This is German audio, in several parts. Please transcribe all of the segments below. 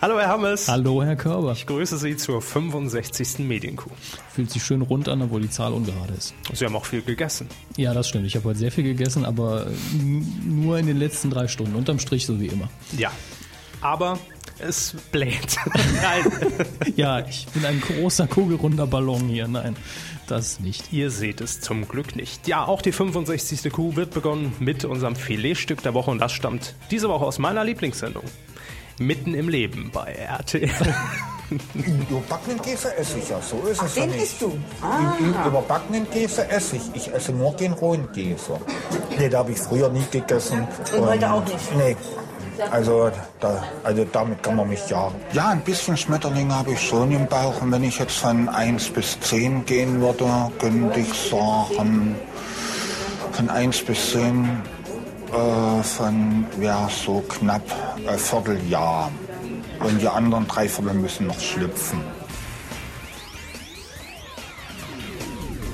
Hallo Herr Hammes. Hallo, Herr Körber. Ich grüße Sie zur 65. Medienkuh. Fühlt sich schön rund an, obwohl die Zahl ungerade ist. Sie haben auch viel gegessen. Ja, das stimmt. Ich habe heute sehr viel gegessen, aber n- nur in den letzten drei Stunden. Unterm Strich so wie immer. Ja. Aber es bläht. Nein, Ja, ich bin ein großer kugelrunder Ballon hier. Nein, das nicht. ihr seht es zum Glück nicht. Ja, auch die 65. Kuh wird begonnen mit unserem Filetstück der Woche und das stammt diese Woche aus meiner Lieblingssendung. Mitten im Leben bei RTL. Überbackenen Käse esse ich ja, so ist es ja Den nicht. isst du. Ah. Im überbackenen Käse esse ich. Ich esse nur den rohen Käse. Nee, da habe ich früher nie gegessen. Und heute auch nicht. Nee. Also, da, also damit kann man mich jagen. Ja, ein bisschen Schmetterlinge habe ich schon im Bauch. Und wenn ich jetzt von 1 bis 10 gehen würde, könnte ich sagen, von 1 bis 10, äh, von, ja, so knapp ein Vierteljahr. Und die anderen drei Viertel müssen noch schlüpfen.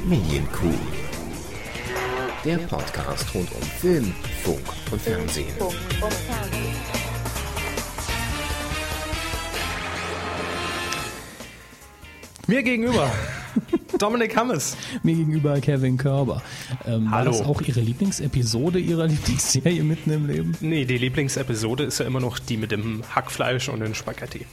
Medienkuh. Der Podcast rund um Film, Funk und Fernsehen. Mir gegenüber. Dominik Hammes. Mir gegenüber Kevin Körber. Hallo. Ähm, War das auch Ihre Lieblingsepisode Ihrer Lieblingsserie mitten im Leben? Nee, die Lieblingsepisode ist ja immer noch die mit dem Hackfleisch und den Spaghetti.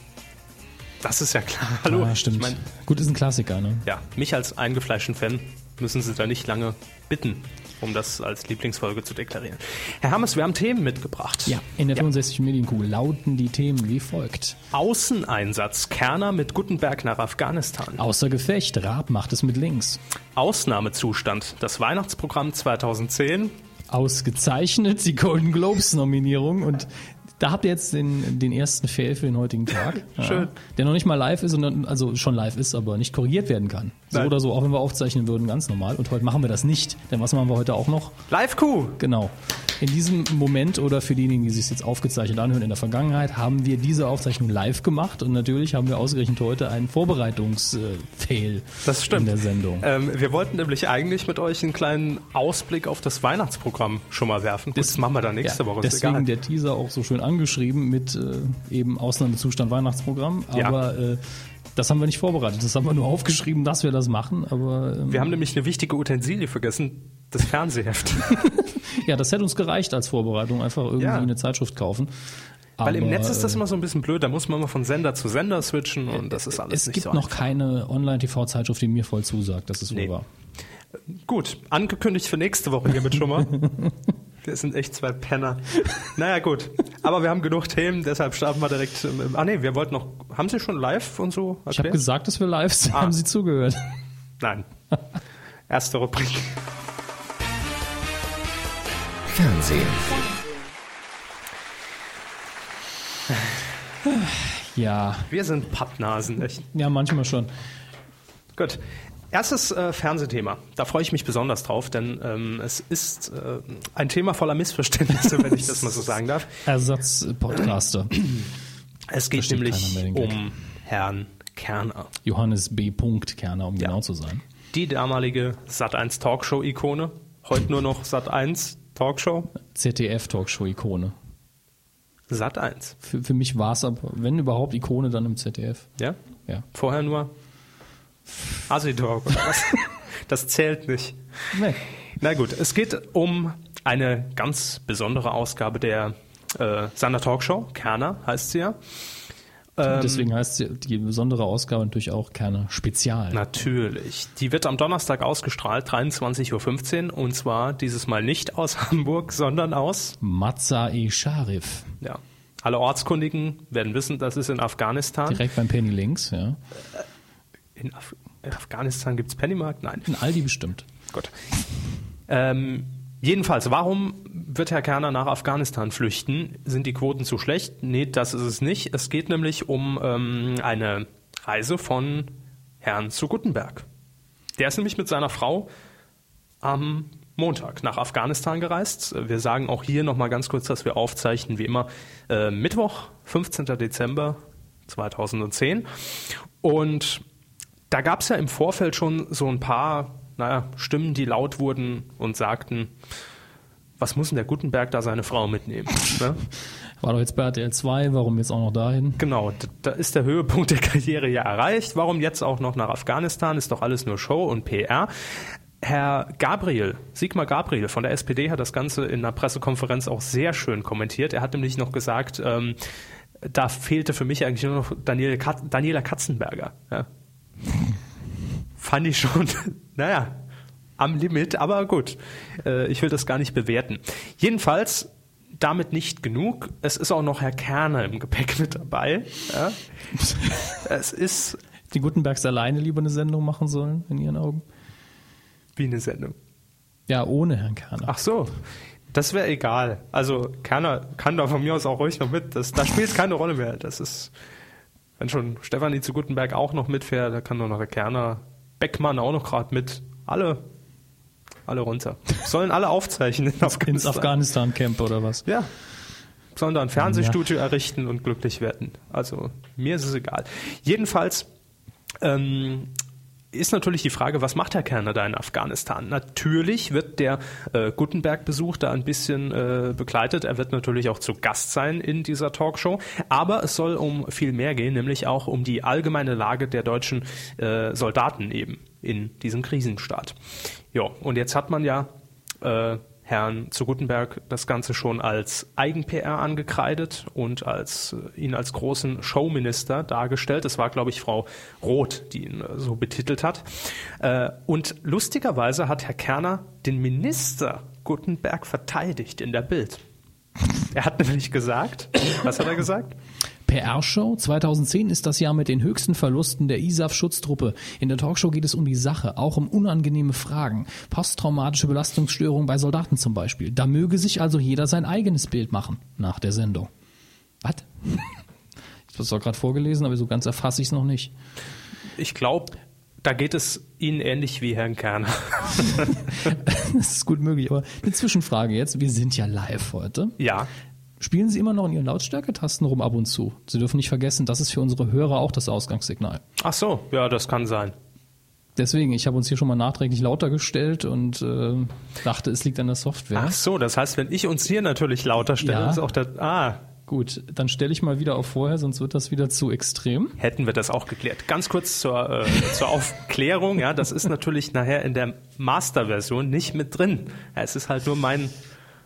Das ist ja klar. Hallo. ah, stimmt. Ich mein, Gut, ist ein Klassiker, ne? ja, mich als eingefleischten Fan müssen Sie da nicht lange bitten, um das als Lieblingsfolge zu deklarieren. Herr Hammes, wir haben Themen mitgebracht. Ja, in der 65 Medienkugel lauten die Themen wie folgt. Außeneinsatz Kerner mit Gutenberg nach Afghanistan. Außer Gefecht, Raab macht es mit links. Ausnahmezustand. Das Weihnachtsprogramm 2010. ausgezeichnet, die Golden Globes-Nominierung. Und da habt ihr jetzt den, den ersten Fail für den heutigen Tag. Schön. Der noch nicht mal live ist, und dann, also schon live ist, aber nicht korrigiert werden kann. So Nein. oder so, auch wenn wir aufzeichnen würden, ganz normal. Und heute machen wir das nicht. Denn was machen wir heute auch noch? Live-Coup. Genau. In diesem Moment oder für diejenigen, die sich jetzt aufgezeichnet anhören in der Vergangenheit, haben wir diese Aufzeichnung live gemacht und natürlich haben wir ausgerechnet heute einen Vorbereitungs-Fail Das stimmt. in der Sendung. Ähm, wir wollten nämlich eigentlich mit euch einen kleinen Ausblick auf das Weihnachtsprogramm schon mal werfen. Gut, das machen wir dann nächste Ja, Woche. ist Deswegen egal. der Teaser auch so schön angeschrieben mit äh, eben Ausnahmezustand Weihnachtsprogramm. Ja. Aber äh, das haben wir nicht vorbereitet. Das haben wir nur aufgeschrieben, dass wir das machen. Aber ähm, Wir haben nämlich eine wichtige Utensilie vergessen, das Fernsehheft. ja, das hätte uns gereicht als Vorbereitung. Einfach irgendwie Ja. eine Zeitschrift kaufen. Weil im Aber, Netz ist das äh, äh, immer so ein bisschen blöd, da muss man immer von Sender zu Sender switchen und das ist alles Es nicht gibt so noch einfach. keine Online-TV-Zeitschrift, die mir voll zusagt. Das ist wohl Nee. wahr. Gut, angekündigt für nächste Woche hiermit schon mal. Wir sind echt zwei Penner. Naja, gut. Aber wir haben genug Themen, deshalb starten wir direkt. ähm, ähm, Ah, nee, wir wollten noch. Haben Sie schon live und so Ich habe erklärt? gesagt, dass wir live Ah. sind. Haben Sie zugehört? Nein. Erste Rubrik. Fernsehen. Ja, Wir sind Pappnasen, echt. ja, manchmal schon. Gut. Erstes äh, Fernsehthema. Da freue ich mich besonders drauf, denn ähm, es ist äh, ein Thema voller Missverständnisse, wenn ich das mal so sagen darf. Ersatz-Podcaster. Es geht Versteht nämlich keiner mehr den Gag. um Herrn Kerner. Johannes B. Kerner, um genau zu sein. Die damalige Sat1 Talkshow-Ikone, heute nur noch Sat1 Talkshow. ZDF-Talkshow-Ikone. Sat1, Für, für mich war es aber, wenn überhaupt, Ikone dann im ZDF. ja? Ja. Vorher nur Asi-Talk oder was? Das zählt nicht. Nee. Na gut, es geht um eine ganz besondere Ausgabe der äh, Sander Talkshow. Kerner heißt sie ja. Ähm, Deswegen heißt die, die besondere Ausgabe natürlich auch Kerner Spezial. Natürlich. Die wird am Donnerstag ausgestrahlt, 23.15 Uhr. Und zwar dieses Mal nicht aus Hamburg, sondern aus Matza e Sharif. Ja. Alle Ortskundigen werden wissen, das ist in Afghanistan. Direkt beim Penny Links, ja. In, Af in Afghanistan gibt's Pennymarkt? Nein. In Aldi bestimmt. Gut. Ähm, jedenfalls, warum wird Herr Kerner nach Afghanistan flüchten? Sind die Quoten zu schlecht? Nee, das ist es nicht. Es geht nämlich um ähm, eine Reise von Herrn zu Gutenberg. Der ist nämlich mit seiner Frau am Montag nach Afghanistan gereist. Wir sagen auch hier nochmal ganz kurz, dass wir aufzeichnen, wie immer, äh, Mittwoch, 15. Dezember 2010. Und da gab es ja im Vorfeld schon so ein paar naja, Stimmen, die laut wurden und sagten, was muss denn der Gutenberg da seine Frau mitnehmen? Ne? War doch jetzt bei RTL 2, warum jetzt auch noch dahin? Genau, d- da ist der Höhepunkt der Karriere ja erreicht. Warum jetzt auch noch nach Afghanistan? Ist doch alles nur Show und PR. Herr Gabriel, Sigmar Gabriel von der SPD hat das Ganze in einer Pressekonferenz auch sehr schön kommentiert. Er hat nämlich noch gesagt, ähm, da fehlte für mich eigentlich nur noch Daniel Kat Daniela Katzenberger. Ja. Fand ich schon, naja, am Limit, aber gut. Äh, ich will das gar nicht bewerten. Jedenfalls damit nicht genug. Es ist auch noch Herr Kerner im Gepäck mit dabei. Ja. Es ist Die Gutenbergs alleine lieber eine Sendung machen sollen, in ihren Augen? wie eine Sendung. Ja, ohne Herrn Kerner. Ach so, das wäre egal. Also Kerner kann da von mir aus auch ruhig noch mit. Das, da spielt keine Rolle mehr. Das ist, wenn schon Stefanie zu Gutenberg auch noch mitfährt, da kann doch noch der Kerner, Beckmann auch noch gerade mit. Alle, alle runter. Sollen alle aufzeichnen in Afghanistan. Ins Afghanistan-Camp oder was? Ja. Sollen da ein Fernsehstudio errichten und glücklich werden. Also mir ist es egal. Jedenfalls ähm, ist natürlich die Frage, was macht Herr Kerner da in Afghanistan? Natürlich wird der äh, Gutenberg-Besuch da ein bisschen äh, begleitet. Er wird natürlich auch zu Gast sein in dieser Talkshow. Aber es soll um viel mehr gehen, nämlich auch um die allgemeine Lage der deutschen äh, Soldaten eben in diesem Krisenstaat. Ja, und jetzt hat man ja äh, Herrn zu Gutenberg das Ganze schon als Eigen-PR angekreidet und als, äh, ihn als großen Showminister dargestellt. Das war, glaube ich, Frau Roth, die ihn äh, so betitelt hat. Äh, und lustigerweise hat Herr Kerner den Minister Gutenberg verteidigt in der Bild. Er hat nämlich gesagt, was hat er gesagt? PR-Show. 2010 ist das Jahr mit den höchsten Verlusten der ISAF-Schutztruppe. In der Talkshow geht es um die Sache, auch um unangenehme Fragen. Posttraumatische Belastungsstörungen bei Soldaten zum Beispiel. Da möge sich also jeder sein eigenes Bild machen. Nach der Sendung. Was? Ich habe es gerade vorgelesen, aber so ganz erfasse ich es noch nicht. Ich glaube, da geht es Ihnen ähnlich wie Herrn Kerner. Das ist gut möglich, aber eine Zwischenfrage jetzt. Wir sind ja live heute. Ja, Spielen Sie immer noch in Ihren Lautstärketasten rum ab und zu. Sie dürfen nicht vergessen, das ist für unsere Hörer auch das Ausgangssignal. ach so, ja, das kann sein. Deswegen, ich habe uns hier schon mal nachträglich lauter gestellt und äh, dachte, es liegt an der Software. Ach so, das heißt, wenn ich uns hier natürlich lauter stelle, Ja. ist auch der. Ah, Gut, dann stelle ich mal wieder auf vorher, sonst wird das wieder zu extrem. hätten wir das auch geklärt. Ganz kurz zur, äh, zur Aufklärung, ja, das ist natürlich nachher in der Master-Version nicht mit drin. Ja, es ist halt nur mein,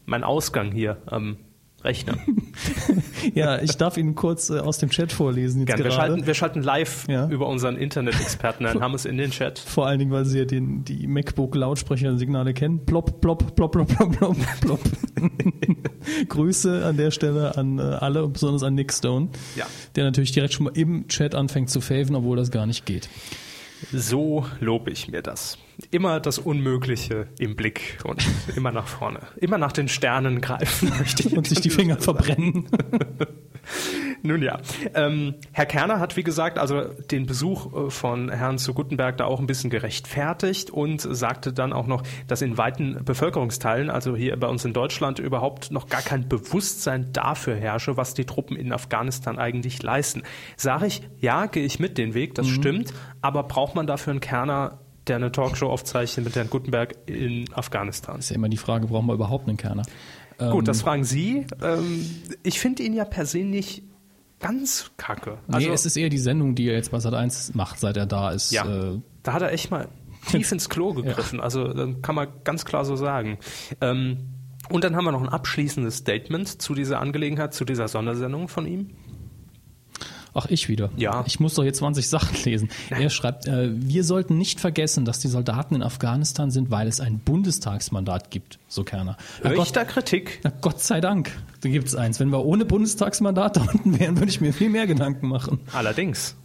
mein Ausgang hier am Rechner. Ja, ich darf Ihnen kurz äh, aus dem Chat vorlesen jetzt Gern, wir, gerade. schalten, wir schalten live Ja. über unseren Internet-Experten ein, haben es in den Chat. Vor allen Dingen, weil Sie ja den, die MacBook-Lautsprechersignale kennen. Plop, plop, plop, plop, plop, plop, plop. Grüße an der Stelle an äh, alle und besonders an Nick Stone, Ja. der natürlich direkt schon mal im Chat anfängt zu faven, obwohl das gar nicht geht. So lobe ich mir das. Immer das Unmögliche im Blick und immer nach vorne. Immer nach den Sternen greifen möchte ich Und sich die Finger verbrennen. Nun ja. Ähm, Herr Kerner hat, wie gesagt, also den Besuch äh, von Herrn zu Guttenberg da auch ein bisschen gerechtfertigt und sagte dann auch noch, dass in weiten Bevölkerungsteilen, also hier bei uns in Deutschland, überhaupt noch gar kein Bewusstsein dafür herrsche, was die Truppen in Afghanistan eigentlich leisten. Sage ich, ja, gehe ich mit den Weg, Mhm. das stimmt, aber braucht man dafür einen Kerner, der eine Talkshow aufzeichnet mit Herrn Guttenberg in Afghanistan? Ist ja immer die Frage, brauchen wir überhaupt einen Kerner? Ähm. Gut, das fragen Sie. Ähm, ich finde ihn ja per se nicht ganz kacke. Also nee, es ist eher die Sendung, die er jetzt bei Sat1 macht, seit er da ist. ja, Äh, da hat er echt mal tief ins Klo gegriffen. Also ähm, kann man ganz klar so sagen. Ähm, und dann haben wir noch ein abschließendes Statement zu dieser Angelegenheit, zu dieser Sondersendung von ihm. Ach, ich wieder. Ja. Ich muss doch hier 20 Sachen lesen. Er schreibt, äh, wir sollten nicht vergessen, dass die Soldaten in Afghanistan sind, weil es ein Bundestagsmandat gibt, so Kerner. Na Höre ich Gott, da Kritik? na Gott sei Dank, da gibt's eins. Wenn wir ohne Bundestagsmandat da unten wären, würde ich mir viel mehr Gedanken machen. Allerdings.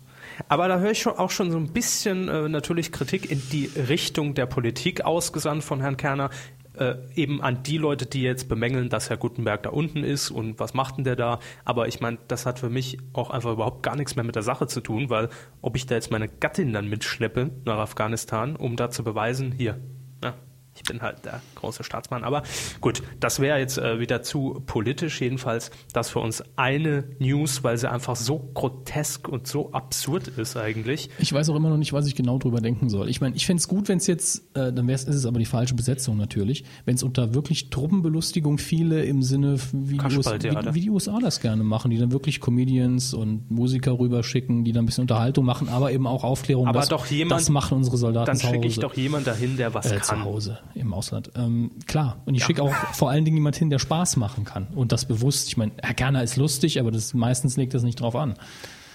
Aber da höre ich schon, auch schon so ein bisschen äh, natürlich Kritik in die Richtung der Politik ausgesandt von Herrn Kerner. Äh, eben an die Leute, die jetzt bemängeln, dass Herr Gutenberg da unten ist und was macht denn der da? Aber ich meine, das hat für mich auch einfach überhaupt gar nichts mehr mit der Sache zu tun, weil ob ich da jetzt meine Gattin dann mitschleppe nach Afghanistan, um da zu beweisen, hier, ja, ich ich bin halt der große Staatsmann. Aber gut, das wäre jetzt äh, wieder zu politisch. Jedenfalls, das für uns eine News, weil sie einfach so grotesk und so absurd ist eigentlich. Ich weiß auch immer noch nicht, was ich genau drüber denken soll. Ich meine, ich fände es gut, wenn es jetzt, äh, dann wär's, ist es aber die falsche Besetzung natürlich, wenn es unter wirklich Truppenbelustigung viele im Sinne, wie die, US, Kasperltheater. wie, wie die USA das gerne machen, die dann wirklich Comedians und Musiker rüberschicken, die dann ein bisschen Unterhaltung machen, aber eben auch Aufklärung. Aber das, doch jemand- das machen unsere Soldaten Dann zu Hause. schicke ich doch jemand dahin, der was äh, zu kann. Hause im Ausland. Ähm, klar. Und ich schicke auch vor allen Dingen jemand hin, der Spaß machen kann. Und das bewusst. Ich meine, Herr Gerner ist lustig, aber das meistens legt das nicht drauf an.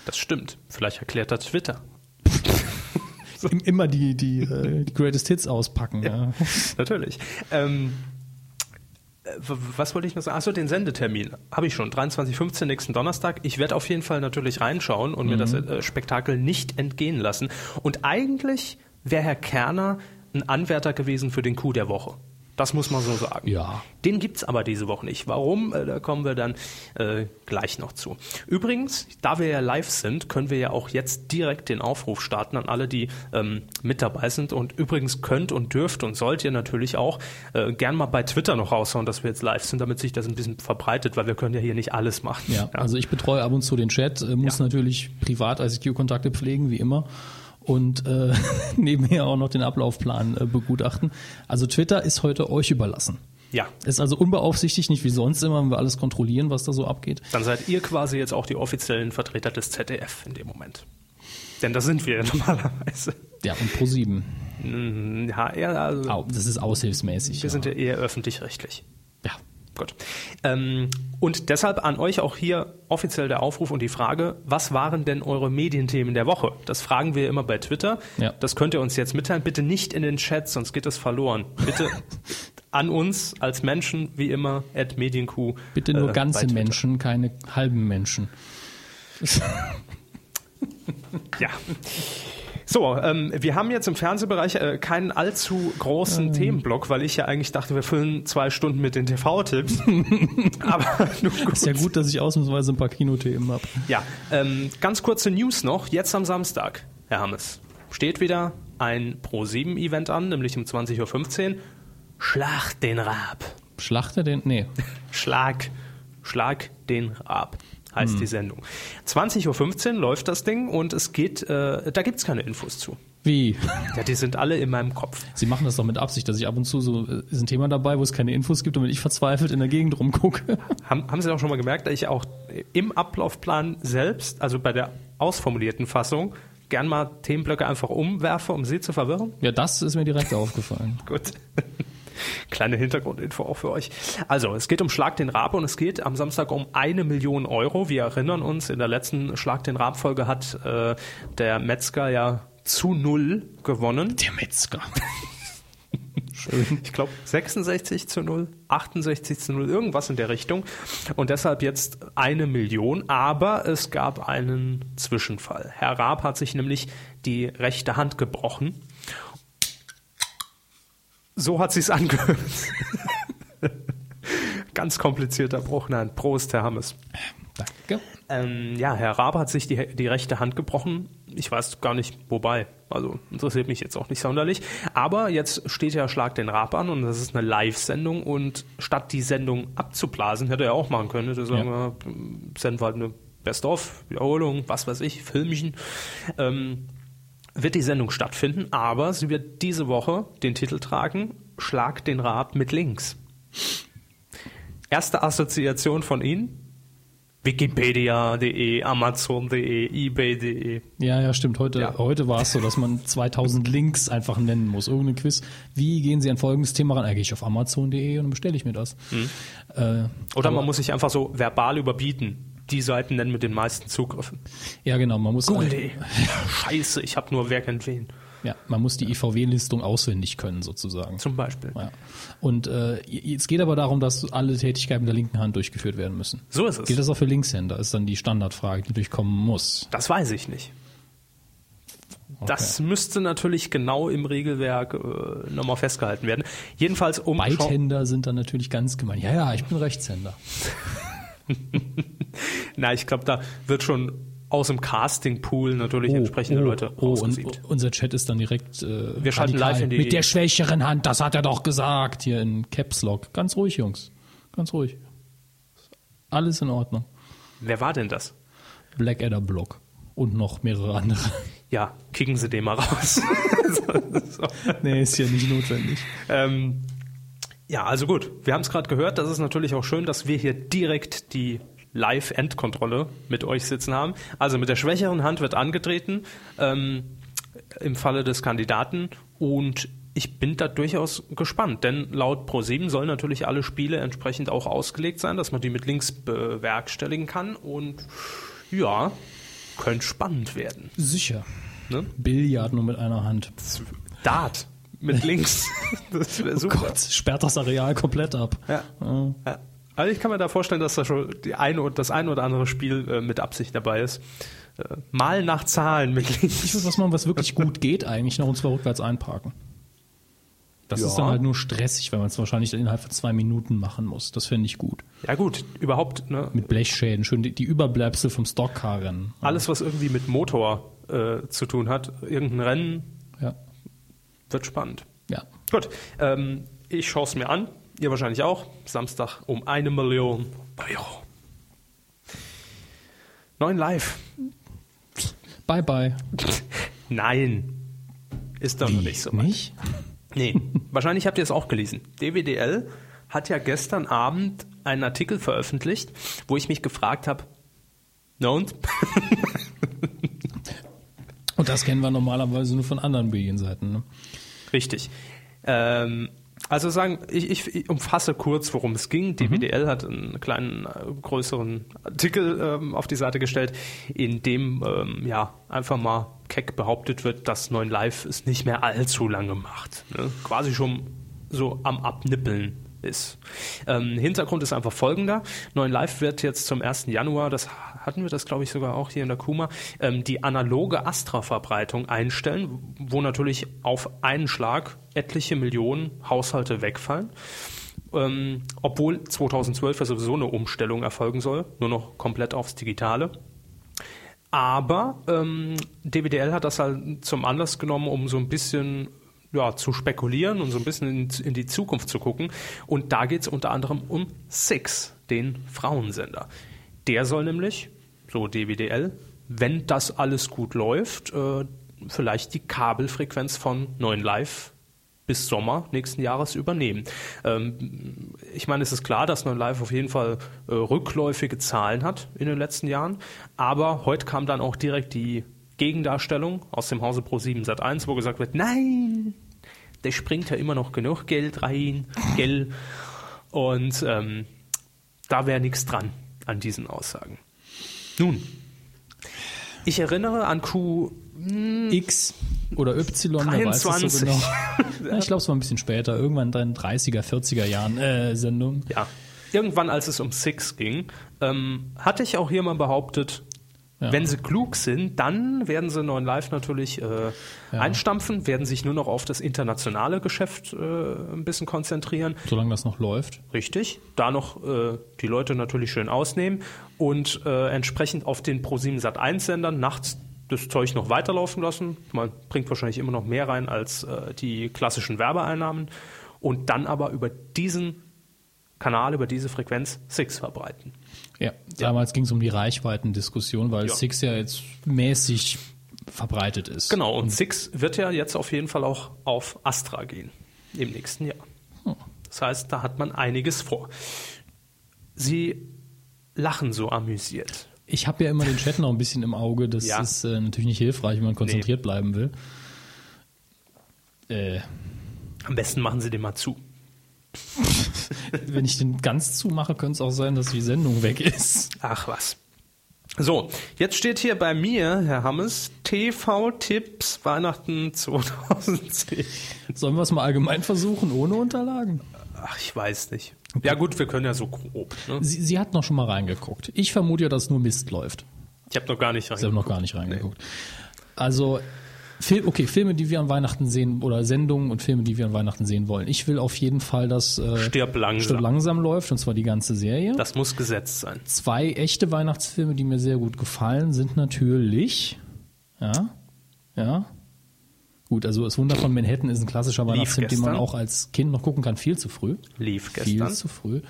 Das stimmt. Vielleicht erklärt das Twitter. Im, immer die, die, äh, die Greatest Hits auspacken. Ja. Natürlich. Ähm, äh, w- was wollte ich noch sagen? Achso, den Sendetermin habe ich schon. 23.15 nächsten Donnerstag. Ich werde auf jeden Fall natürlich reinschauen und mir das äh, Spektakel nicht entgehen lassen. Und eigentlich wäre Herr Kerner ein Anwärter gewesen für den Coup der Woche. Das muss man so sagen. Ja. Den gibt's aber diese Woche nicht. Warum? Äh, Da kommen wir dann äh, gleich noch zu. Übrigens, da wir ja live sind, können wir ja auch jetzt direkt den Aufruf starten an alle, die ähm, mit dabei sind. Und übrigens könnt und dürft und sollt ihr natürlich auch äh, gern mal bei Twitter noch raushauen, dass wir jetzt live sind, damit sich das ein bisschen verbreitet, weil wir können ja hier nicht alles machen. Ja, also ich betreue ab und zu den Chat, äh, muss Ja. natürlich privat ICQ-Kontakte pflegen, wie immer. Und äh, nebenher auch noch den Ablaufplan äh, begutachten. Also Twitter ist heute euch überlassen. ja. Ist also unbeaufsichtigt, nicht wie sonst immer, wenn wir alles kontrollieren, was da so abgeht. Dann seid ihr quasi jetzt auch die offiziellen Vertreter des ZDF in dem Moment. Denn das sind wir ja normalerweise. Ja, und pro sieben. Ja, ja, also Au, das ist aushilfsmäßig. wir ja. sind ja eher öffentlich-rechtlich. ja. Gut. Ähm, und deshalb an euch auch hier offiziell der Aufruf und die Frage, was waren denn eure Medienthemen der Woche? Das fragen wir immer bei Twitter. Ja. Das könnt ihr uns jetzt mitteilen. Bitte nicht in den Chat, sonst geht das verloren. Bitte an uns als Menschen, wie immer, at Medienkuh. Bitte äh, nur bei ganze Twitter. Menschen, keine halben Menschen. Ja. So, ähm, wir haben jetzt im Fernsehbereich äh, keinen allzu Äh. großen Themenblock, weil ich ja eigentlich dachte, wir füllen zwei Stunden mit den TV-Tipps. Aber nun gut. Ist ja gut, dass ich ausnahmsweise ein paar Kinothemen habe. Ja, ähm, ganz kurze News noch. Jetzt am Samstag, Herr Hammes, steht wieder ein Pro-7-Event an, nämlich um 20.15 Uhr. Schlag den Raab. Schlachter den? Nee. Schlag, Schlag den Raab heißt die Sendung. 20.15 Uhr läuft das Ding und es geht, äh, da gibt's keine Infos zu. Wie? Ja, die sind alle in meinem Kopf. Sie machen das doch mit Absicht, dass ich ab und zu so, äh, ist ein Thema dabei, wo es keine Infos gibt, damit ich verzweifelt in der Gegend rumgucke. Haben, haben Sie auch schon mal gemerkt, dass ich auch im Ablaufplan selbst, also bei der ausformulierten Fassung, gern mal Themenblöcke einfach umwerfe, um Sie zu verwirren? Ja, das ist mir direkt aufgefallen. Gut. Kleine Hintergrundinfo auch für euch. Also, es geht um Schlag den Raab und es geht am Samstag um eine Million Euro. Wir erinnern uns, in der letzten Schlag den Raab-Folge hat äh, der Metzger ja zu null gewonnen. Der Metzger. Ich glaube 66 zu null, 68 zu null, irgendwas in der Richtung. Und deshalb jetzt eine Million. Aber es gab einen Zwischenfall. Herr Raab hat sich nämlich die rechte Hand gebrochen. So hat sich's angehört. Ganz komplizierter Bruch. Nein, Prost, Herr Hammes. Danke. Ähm, ja, Herr Raab hat sich die, die rechte Hand gebrochen. Ich weiß gar nicht, wobei. Also interessiert mich jetzt auch nicht sonderlich. Aber jetzt steht ja Schlag den Raab an und das ist eine Live-Sendung. Und statt die Sendung abzublasen, hätte er auch machen können. Hätte sagen, ja. senden wir halt eine Best-of, Wiederholung, was weiß ich, Filmchen. Ähm, wird die Sendung stattfinden, aber sie wird diese Woche den Titel tragen: Schlag den Raab mit links. Erste Assoziation von Ihnen? Wikipedia.de, Amazon.de, eBay.de. Ja, ja, stimmt. Heute, Ja. heute war es so, dass man 2000 Links einfach nennen muss. Irgendein Quiz. Wie gehen Sie an folgendes Thema ran? Ah, gehe ich auf amazon.de und dann bestelle ich mir das. Äh, Oder man muss sich einfach so verbal überbieten. Die Seiten nennen mit den meisten Zugriffen. ja, genau. Man muss, Google.de. Scheiße, ich habe nur wer kennt wen. ja, man muss die IVW-Listung auswendig können, sozusagen. Zum Beispiel. Ja. Und äh, es geht aber darum, dass alle Tätigkeiten mit der linken Hand durchgeführt werden müssen. So ist es. Gilt das auch für Linkshänder? Ist dann die Standardfrage, die durchkommen muss. Das weiß ich nicht. Das müsste natürlich genau im Regelwerk äh, nochmal festgehalten werden. Jedenfalls um Beidhänder sind dann natürlich ganz gemein. Ja, ja, ich bin Rechtshänder. Na, ich glaube, da wird schon aus dem Castingpool natürlich entsprechende Leute oh, und rausgesiebt. unser Chat ist dann direkt äh, Wir schalten radikal. live in die- mit der schwächeren Hand, das hat er doch gesagt, hier in Caps Lock. Ganz ruhig, Jungs. Ganz ruhig. Alles in Ordnung. Wer war denn das? Blackadder Block und noch mehrere andere. Ja, kicken Sie den mal raus. so, so. nee, ist ja nicht notwendig. Ähm, ja, also gut. Wir haben es gerade gehört. Das ist natürlich auch schön, dass wir hier direkt die Live-Endkontrolle mit euch sitzen haben. Also mit der schwächeren Hand wird angetreten ähm, im Falle des Kandidaten und ich bin da durchaus gespannt, denn laut Pro7 sollen natürlich alle Spiele entsprechend auch ausgelegt sein, dass man die mit links bewerkstelligen kann und ja, könnte spannend werden. Sicher. Ne? Billard nur mit einer Hand. Dart mit links. Das wäre super. Oh Gott, sperrt das Areal komplett ab. Ja. Äh, Ja. Also ich kann mir da vorstellen, dass da schon die eine, oder- das eine oder andere Spiel äh, mit Absicht dabei ist. Äh, mal nach Zahlen mit Ich würde links. was machen, was wirklich gut geht eigentlich noch und zwar rückwärts einparken. Das Ja. ist dann halt nur stressig, weil man es wahrscheinlich dann innerhalb von zwei Minuten machen muss. Das finde ich gut. Ja gut, überhaupt, ne? Mit Blechschäden, schön die, die Überbleibsel vom Stockcar-Rennen. Alles, was irgendwie mit Motor äh, zu tun hat, irgendein Rennen, Ja. wird spannend. ja. Gut, ähm, ich schaue es mir an, ihr wahrscheinlich auch. Samstag um eine Million Euro. Neun live. Bye, bye. Nein. Ist doch noch nicht so weit. Nicht? Nee, wahrscheinlich habt ihr es auch gelesen. DWDL hat ja gestern Abend einen Artikel veröffentlicht, wo ich mich gefragt habe, na und? Und das kennen wir normalerweise nur von anderen Medienseiten. Ne? Richtig. Ähm, also sagen, ich, ich, ich umfasse kurz, worum es ging. DWDL hat einen kleinen, äh, größeren Artikel ähm, auf die Seite gestellt, in dem ähm, ja einfach mal keck behauptet wird, dass 9 Live es nicht mehr allzu lange macht. Ne? Quasi schon so am Abnippeln ist. Ähm, Hintergrund ist einfach folgender. 9 Live wird jetzt zum 1. Januar, das hatten wir das glaube ich sogar auch hier in der Kuma, ähm, die analoge Astra-Verbreitung einstellen, wo natürlich auf einen Schlag etliche Millionen Haushalte wegfallen. Ähm, obwohl 2012 ja sowieso eine Umstellung erfolgen soll, nur noch komplett aufs Digitale. Aber ähm, DWDL hat das halt zum Anlass genommen, um so ein bisschen ja, zu spekulieren und so ein bisschen in, in die Zukunft zu gucken. Und da geht es unter anderem um Six, den Frauensender. Der soll nämlich, so DWDL, wenn das alles gut läuft, äh, vielleicht die Kabelfrequenz von 9 Live bis Sommer nächsten Jahres übernehmen. Ähm, ich meine, es ist klar, dass 9 Live auf jeden Fall äh, rückläufige Zahlen hat in den letzten Jahren, aber heute kam dann auch direkt die Gegendarstellung aus dem Hause Pro 7 Sat 1, wo gesagt wird, nein, der springt ja immer noch genug Geld rein, gell. Und ähm, da wäre nichts dran an diesen Aussagen. Nun, ich erinnere an Q X oder Y, wer Hm. weiß es so 23. genau. Ja, ich glaube, es war ein bisschen später, irgendwann in den 30er, 40er Jahren äh, Sendung. Ja. Irgendwann, als es um Six ging, ähm, hatte ich auch hier mal behauptet, Ja. wenn sie klug sind, dann werden sie neuen Live natürlich äh, einstampfen, werden sich nur noch auf das internationale Geschäft äh, ein bisschen konzentrieren. Solange das noch läuft. Richtig. Da noch äh, die Leute natürlich schön ausnehmen und äh, entsprechend auf den Pro7 Sat 1 Sendern nachts das Zeug noch weiterlaufen lassen. Man bringt wahrscheinlich immer noch mehr rein als äh, die klassischen Werbeeinnahmen und dann aber über diesen Kanal, über diese Frequenz Six verbreiten. Ja, damals ging es um die Reichweitendiskussion, weil Ja. Six ja jetzt mäßig verbreitet ist. Genau, und Six wird ja jetzt auf jeden Fall auch auf Astra gehen im nächsten Jahr. Das heißt, da hat man einiges vor. Sie lachen so amüsiert. Ich habe ja immer den Chat noch ein bisschen im Auge. Das Ja. ist äh, natürlich nicht hilfreich, wenn man konzentriert bleiben will. Äh, Am besten machen Sie den mal zu. wenn ich den ganz zumache, könnte es auch sein, dass die Sendung weg ist. Ach was. So, jetzt steht hier bei mir, Herr Hammes, TV-Tipps Weihnachten 2010. Sollen wir es mal allgemein versuchen, ohne Unterlagen? Ach, ich weiß nicht. Ja gut, wir können ja so grob. Ne? Sie, sie hat noch schon mal reingeguckt. Ich vermute ja, dass nur Mist läuft. Ich habe noch gar nicht Sie haben reingeguckt. noch gar nicht reingeguckt. Also, Film, okay, Filme, die wir an Weihnachten sehen oder Sendungen und Filme, die wir an Weihnachten sehen wollen. Ich will auf jeden Fall, dass äh, Stirb langsam. Stirb langsam läuft und zwar die ganze Serie. Das muss gesetzt sein. Zwei echte Weihnachtsfilme, die mir sehr gut gefallen, sind natürlich ja, ja. Gut, also das Wunder von Manhattan ist ein klassischer Weihnachtsfilm, den man gestern. auch als Kind noch gucken kann. Viel zu früh. Lief Viel gestern. zu früh.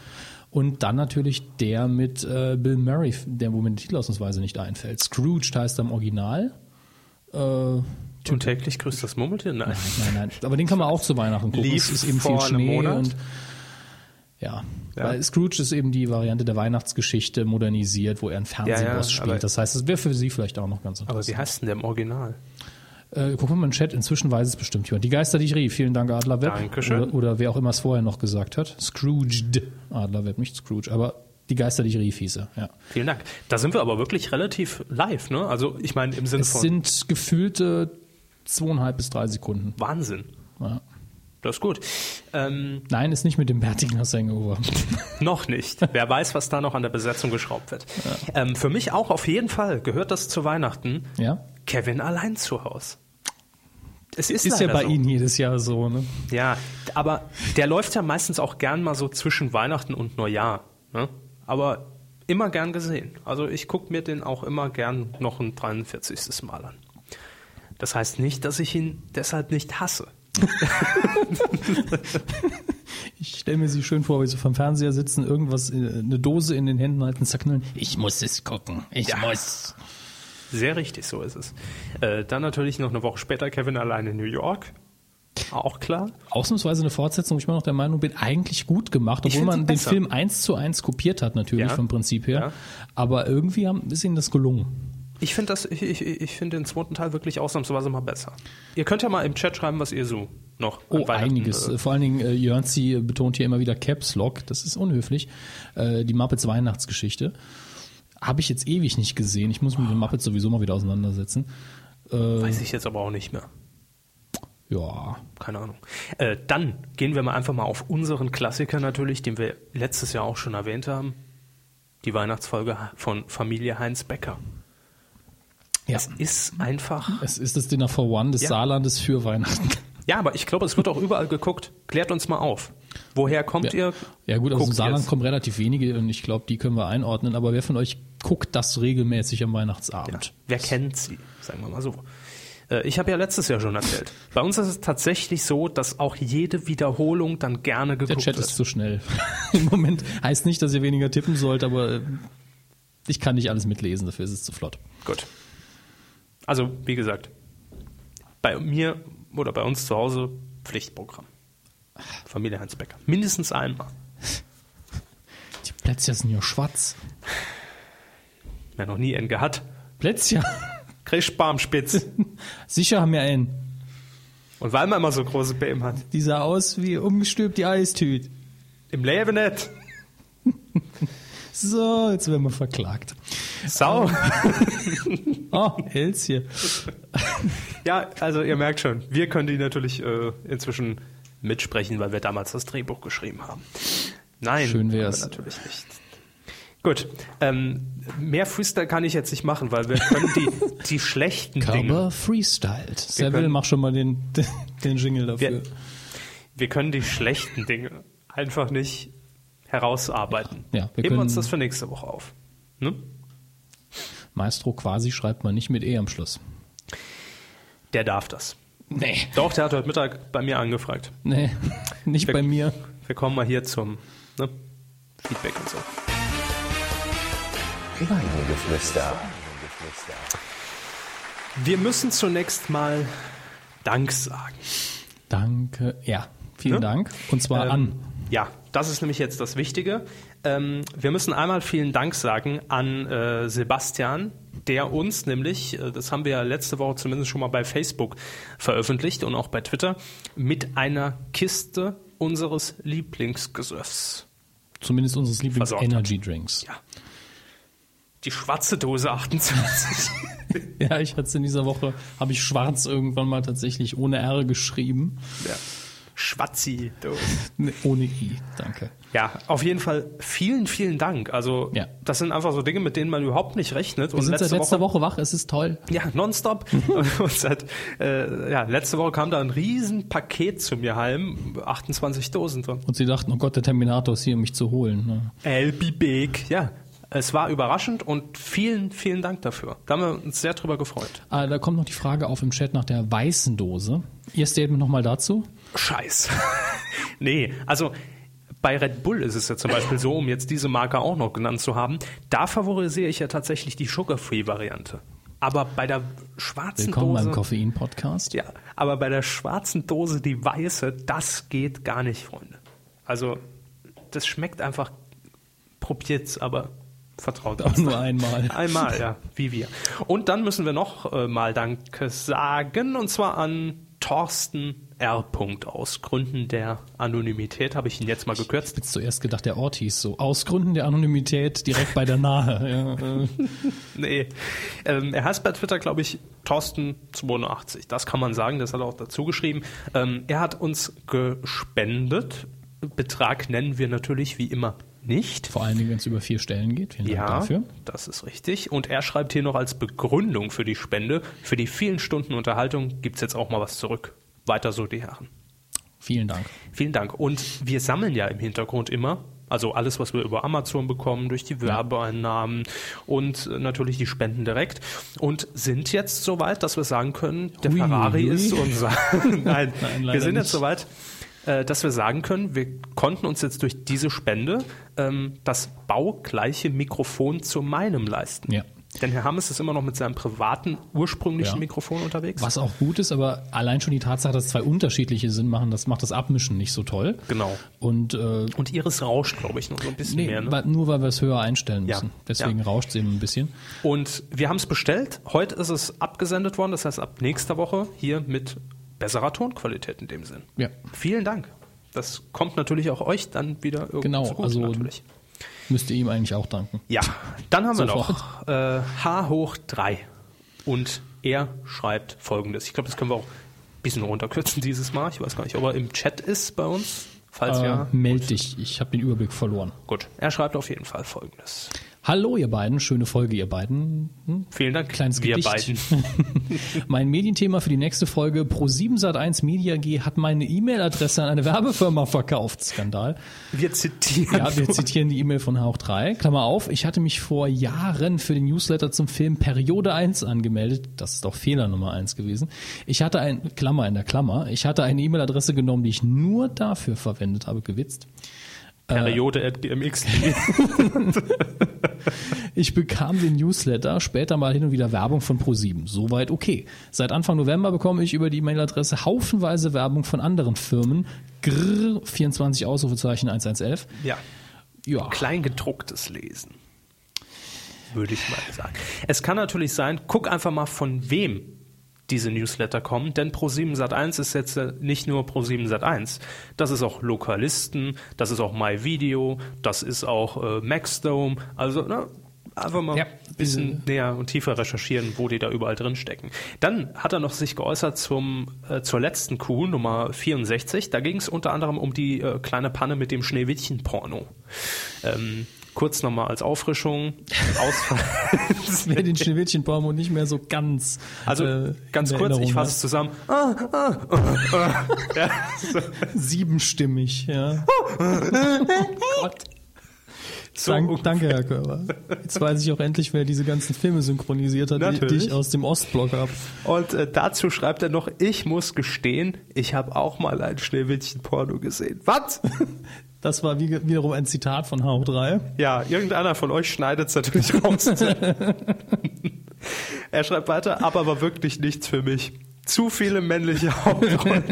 Und dann natürlich der mit äh, Bill Murray, der wo mir der Titel ausnahmsweise nicht einfällt. Scrooge heißt er im Original. Äh, Und täglich grüßt das Murmeltier? Nein. Nein, nein. Aber den kann man auch zu Weihnachten gucken. Lief es ist eben viel vor einem Schnee Monat. und ja. Ja. Weil Scrooge ist eben die Variante der Weihnachtsgeschichte modernisiert, wo er einen Fernsehboss Ja, ja, aber- spielt. Das heißt, es wäre für Sie vielleicht auch noch ganz Aber wie interessant. heißt denn der im Original? äh, gucken wir mal in den Chat, inzwischen weiß es bestimmt jemand. Die Geister, die ich rief. Vielen Dank, Adlerweb. Dankeschön. Oder, oder wer auch immer es vorher noch gesagt hat. Scrooged. Adlerweb, nicht Scrooge, aber die Geister, die ich rief, hieß er. Ja. Vielen Dank. Da sind wir aber wirklich relativ live, ne? Also ich meine im Sinne Es von sind gefühlte zweieinhalb bis drei Sekunden. Wahnsinn. Ja. Das ist gut. Ähm, Nein, ist nicht mit dem bärtigen aus Hangover. Noch nicht. Wer weiß, was da noch an der Besetzung geschraubt wird. Ähm, für mich auch auf jeden Fall gehört das zu Weihnachten. ja. Kevin allein zu Haus. Es ist, Ist ja leider bei so. Ihnen jedes Jahr so, ne? Ja, aber der läuft ja meistens auch gern mal so zwischen Weihnachten und Neujahr. Ne? Aber immer gern gesehen. Also ich gucke mir den auch immer gern noch ein 43. Mal an. Das heißt nicht, dass ich ihn deshalb nicht hasse. Ich stelle mir sie schön vor, wie sie vom Fernseher sitzen, irgendwas, äh, eine Dose in den Händen halten, zackneln. Ich muss es gucken. Ich muss. Sehr richtig, so ist es. Äh, dann natürlich noch eine Woche später Kevin allein in New York. Auch klar. Ausnahmsweise eine Fortsetzung, wo ich immer noch der Meinung bin, eigentlich gut gemacht, obwohl find sie man den besser. Film eins zu eins kopiert hat, natürlich Ja. vom Prinzip her. Ja. Aber irgendwie haben, ist ihnen das gelungen. Ich finde das, ich, ich, ich finde den zweiten Teil wirklich ausnahmsweise mal besser. Ihr könnt ja mal im Chat schreiben, was ihr so noch an Oh, Weihnachten, einiges. äh, Vor allen Dingen, äh, Jörnzi äh, betont hier immer wieder Caps Lock, das ist unhöflich. Äh, die Muppets Weihnachtsgeschichte. Habe ich jetzt ewig nicht gesehen. Ich muss mich mit den Muppets sowieso mal wieder auseinandersetzen. äh. weiß ich jetzt aber auch nicht mehr. Ja, Keine Ahnung. Äh, dann gehen wir mal einfach mal auf unseren Klassiker natürlich, den wir letztes Jahr auch schon erwähnt haben. Die Weihnachtsfolge von Familie Heinz Becker. Ja. Es ist einfach. Es ist das Dinner for One des Ja. Saarlandes für Weihnachten. Ja, aber ich glaube, es wird auch überall geguckt. Klärt uns mal auf. Woher kommt ihr? ja gut, aus dem Guckt Saarland jetzt. kommen relativ wenige und ich glaube, die können wir einordnen. Aber wer von euch guckt das regelmäßig am Ja, Weihnachtsabend? wer kennt sie? Sagen wir mal so. Äh, Ich habe ja letztes Jahr schon erzählt. Bei uns ist es tatsächlich so, dass auch jede Wiederholung dann gerne Der geguckt Chat wird. ist zu schnell. Im Moment heißt nicht, dass ihr weniger tippen sollt, aber äh, ich kann nicht alles mitlesen, dafür ist es zu flott. Gut. Also, wie gesagt, bei mir oder bei uns zu Hause Pflichtprogramm. Familie Heinz Becker. Mindestens einmal. Die Plätzchen sind ja schwarz. Wer noch nie einen gehabt, Plätzchen? kriegt Barmspitz. Sicher haben wir einen. Und weil man immer so große Bäm hat. Die sah aus wie umgestülpt die Eistüte. Im Leben nicht. So, jetzt werden wir verklagt. Sau. Oh, Elsie. Ja, also ihr merkt schon, wir können die natürlich äh, inzwischen mitsprechen, weil wir damals das Drehbuch geschrieben haben. Nein, Schön wär's. haben wir natürlich nicht. Gut, ähm, mehr Freestyle kann ich jetzt nicht machen, weil wir können die, die schlechten Dinge, Körper freestyled. Seville, können- mach schon mal den, den Jingle dafür. wir, wir können die schlechten Dinge einfach nicht herausarbeiten. Ja, ja, wir Heben wir uns können- das für nächste Woche auf. Ne? Maestro quasi schreibt man nicht mit E am Schluss. Der darf das. Nee. Doch, der hat heute Mittag bei mir angefragt. Nee, nicht Wir- bei mir. Wir kommen mal hier zum ne, Feedback und so. Weidengeflüster. Wir müssen zunächst mal Dank sagen. Danke. Ja, vielen Ne? Dank. Und zwar an. Ja, das ist nämlich jetzt das Wichtige. Ähm, wir müssen einmal vielen Dank sagen an äh, Sebastian, der uns nämlich, äh, das haben wir ja letzte Woche zumindest schon mal bei Facebook veröffentlicht und auch bei Twitter, mit einer Kiste unseres Lieblingsgesöffs. Zumindest unseres Versorgt hat. Lieblings-Energy-Drinks. Ja. Die schwarze Dose 28. Ja. ich hatte es in dieser Woche, habe ich schwarz irgendwann mal tatsächlich ohne R geschrieben. ja. Schwatzi. Du. Ohne I, danke. Ja, auf jeden Fall vielen, vielen Dank. Also Ja. das sind einfach so Dinge, mit denen man überhaupt nicht rechnet. Wir sind seit letzter Woche wach, es ist toll. Ja, nonstop. Und seit, äh, ja, letzte Woche kam da ein riesen Paket zu mir heim, 28 Dosen drin. Und sie dachten, oh Gott, der Terminator ist hier, um mich zu holen. Ne? I'll be big. Ja, es war überraschend und vielen, vielen Dank dafür. Da haben wir uns sehr drüber gefreut. Ah, da kommt noch die Frage auf im Chat nach der weißen Dose. Ihr Statement nochmal dazu? Scheiß. nee, also bei Red Bull ist es ja zum Beispiel so, um jetzt diese Marke auch noch genannt zu haben, da favorisiere ich ja tatsächlich die Sugar-Free-Variante. Aber bei der schwarzen Willkommen Dose. beim Koffein-Podcast. Ja, aber bei der schwarzen Dose die weiße, das geht gar nicht, Freunde. Also, das schmeckt einfach. Probiert's, aber vertraut Aber nur einmal. Einmal, ja, wie wir. Und dann müssen wir noch äh, mal Danke sagen, und zwar an Thorsten R. Punkt. Aus Gründen der Anonymität habe ich ihn jetzt mal gekürzt. Jetzt zuerst gedacht, der Ort hieß so. Aus Gründen der Anonymität direkt bei der Nahe. Ja, äh. Nee. Ähm, er heißt bei Twitter, glaube ich, Thorsten82. Das kann man sagen, das hat er auch dazu geschrieben. Ähm, er hat uns gespendet. Betrag nennen wir natürlich wie immer nicht. Vor allen Dingen, wenn es über vier Stellen geht. Vielen Dank Ja, dafür. das ist richtig. Und er schreibt hier noch als Begründung für die Spende, für die vielen Stunden Unterhaltung gibt es jetzt auch mal was zurück. Weiter so, die Herren. Vielen Dank. Vielen Dank. Und wir sammeln ja im Hintergrund immer, also alles, was wir über Amazon bekommen, durch die Werbeeinnahmen und äh, natürlich die Spenden direkt. Und sind jetzt soweit, dass wir sagen können, der Hui, Ferrari hui. ist unser. Nein, Nein, leider wir sind nicht. jetzt soweit, äh, dass wir sagen können, wir konnten uns jetzt durch diese Spende ähm, das baugleiche Mikrofon zu meinem leisten. Ja. Denn Herr Hammes ist immer noch mit seinem privaten ursprünglichen Ja. Mikrofon unterwegs. Was auch gut ist, aber allein schon die Tatsache, dass zwei unterschiedliche Sinn machen, das macht das Abmischen nicht so toll. Genau. Und äh, Und Iris rauscht, glaube ich, noch so ein bisschen nee, mehr. Ne? wa- nur weil wir es höher einstellen Ja. müssen. Deswegen Ja. rauscht es eben ein bisschen. Und wir haben es bestellt. Heute ist es abgesendet worden. Das heißt, ab nächster Woche hier mit besserer Tonqualität in dem Sinn. Ja. Vielen Dank. Das kommt natürlich auch euch dann wieder irgendwie Genau, zugute, also- natürlich. Müsst ihr ihm eigentlich auch danken. Ja, dann haben wir Sofort. noch äh, H hoch 3. Und er schreibt folgendes. Ich glaube, das können wir auch ein bisschen runterkürzen dieses Mal. Ich weiß gar nicht, ob er im Chat ist bei uns. Falls ja. äh, meld dich, ich habe den Überblick verloren. Gut, er schreibt auf jeden Fall folgendes. Hallo ihr beiden, schöne Folge ihr beiden. Hm? Vielen Dank, Kleines wir Gedicht. beiden. Mein Medienthema für die nächste Folge Pro7 Sat1 Media G hat meine E-Mail-Adresse an eine Werbefirma verkauft. Skandal. Wir zitieren. Ja, äh, wir nur. zitieren die E-Mail von Hauch 3. Klammer auf, ich hatte mich vor Jahren für den Newsletter zum Film Periode 1 angemeldet. Das ist doch Fehler Nummer 1 gewesen. Ich hatte ein, Klammer in der Klammer, ich hatte eine E-Mail-Adresse genommen, die ich nur dafür verwendet habe, gewitzt. Periode at gmx. Ich bekam den Newsletter, später mal hin und wieder Werbung von ProSieben. Soweit okay. Seit Anfang November bekomme ich über die E-Mail-Adresse haufenweise Werbung von anderen Firmen. Grrr, 24 Ausrufezeichen 111. ja. Ja. Kleingedrucktes lesen. Würde ich mal sagen. Es kann natürlich sein, guck einfach mal, von wem diese Newsletter kommen, denn Pro7 Sat1 ist jetzt äh, nicht nur Pro7 Sat1. Das ist auch Lokalisten, das ist auch MyVideo, das ist auch äh, Maxdome. Also, ne, einfach mal Ja, ein bisschen näher und tiefer recherchieren, wo die da überall drin stecken. Dann hat er noch sich geäußert zum, äh, zur letzten Kuh, Nummer 64. Da ging es unter anderem um die äh, kleine Panne mit dem Schneewittchen-Porno. Ähm, kurz nochmal als Auffrischung. Ausfall. Wer den Schneewittchen-Porno nicht mehr so ganz. Also äh, ganz in kurz, Erinnerung ich hat. fasse es zusammen. Ah, ah, ah, ah. ja, so. Siebenstimmig, ja. Gott. Oh. So Dank, ungefähr. danke, Herr Körber. Jetzt weiß ich auch endlich, wer diese ganzen Filme synchronisiert hat, die, die Natürlich. ich aus dem Ostblock habe. Und äh, dazu schreibt er noch, ich muss gestehen, ich habe auch mal ein Schneewittchen-Porno gesehen. Was? Das war wie, wiederum ein Zitat von Hauch 3. Ja, irgendeiner von euch schneidet es natürlich raus. er schreibt weiter, aber war wirklich nichts für mich. Zu viele männliche Hauptrollen,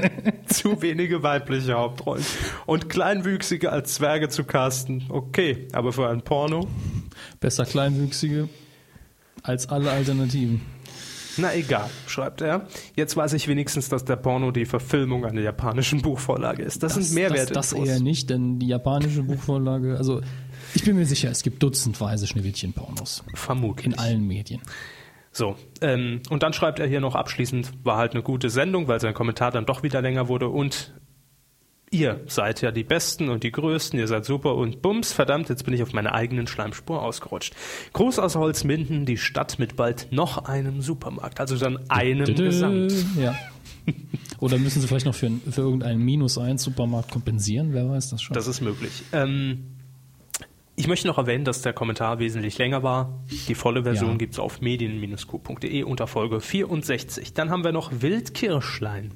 zu wenige weibliche Hauptrollen und Kleinwüchsige als Zwerge zu casten. Okay, aber für ein Porno? Besser Kleinwüchsige als alle Alternativen. Na egal, schreibt er. Jetzt weiß ich wenigstens, dass der Porno die Verfilmung einer japanischen Buchvorlage ist. Das, sind Mehrwerte. Das, das eher nicht, denn die japanische Buchvorlage, also ich bin mir sicher, es gibt dutzendweise Schneewittchen-Pornos Vermutlich. in allen Medien. So, ähm, und dann schreibt er hier noch abschließend, war halt eine gute Sendung, weil sein Kommentar dann doch wieder länger wurde und ihr seid ja die Besten und die Größten, ihr seid super und bums, verdammt, jetzt bin ich auf meiner eigenen Schleimspur ausgerutscht. Gruß aus Holzminden, die Stadt mit bald noch einem Supermarkt, also dann einem Tü-tü. Gesamt. Ja. Oder müssen sie vielleicht noch für, ein- für irgendeinen Minus 1 Supermarkt kompensieren? Wer weiß das schon. Das ist möglich. Ähm, ich möchte noch erwähnen, dass der Kommentar wesentlich länger war. Die volle Version Ja. gibt's auf medien-q.de unter Folge 64. Dann haben wir noch Wildkirschlein.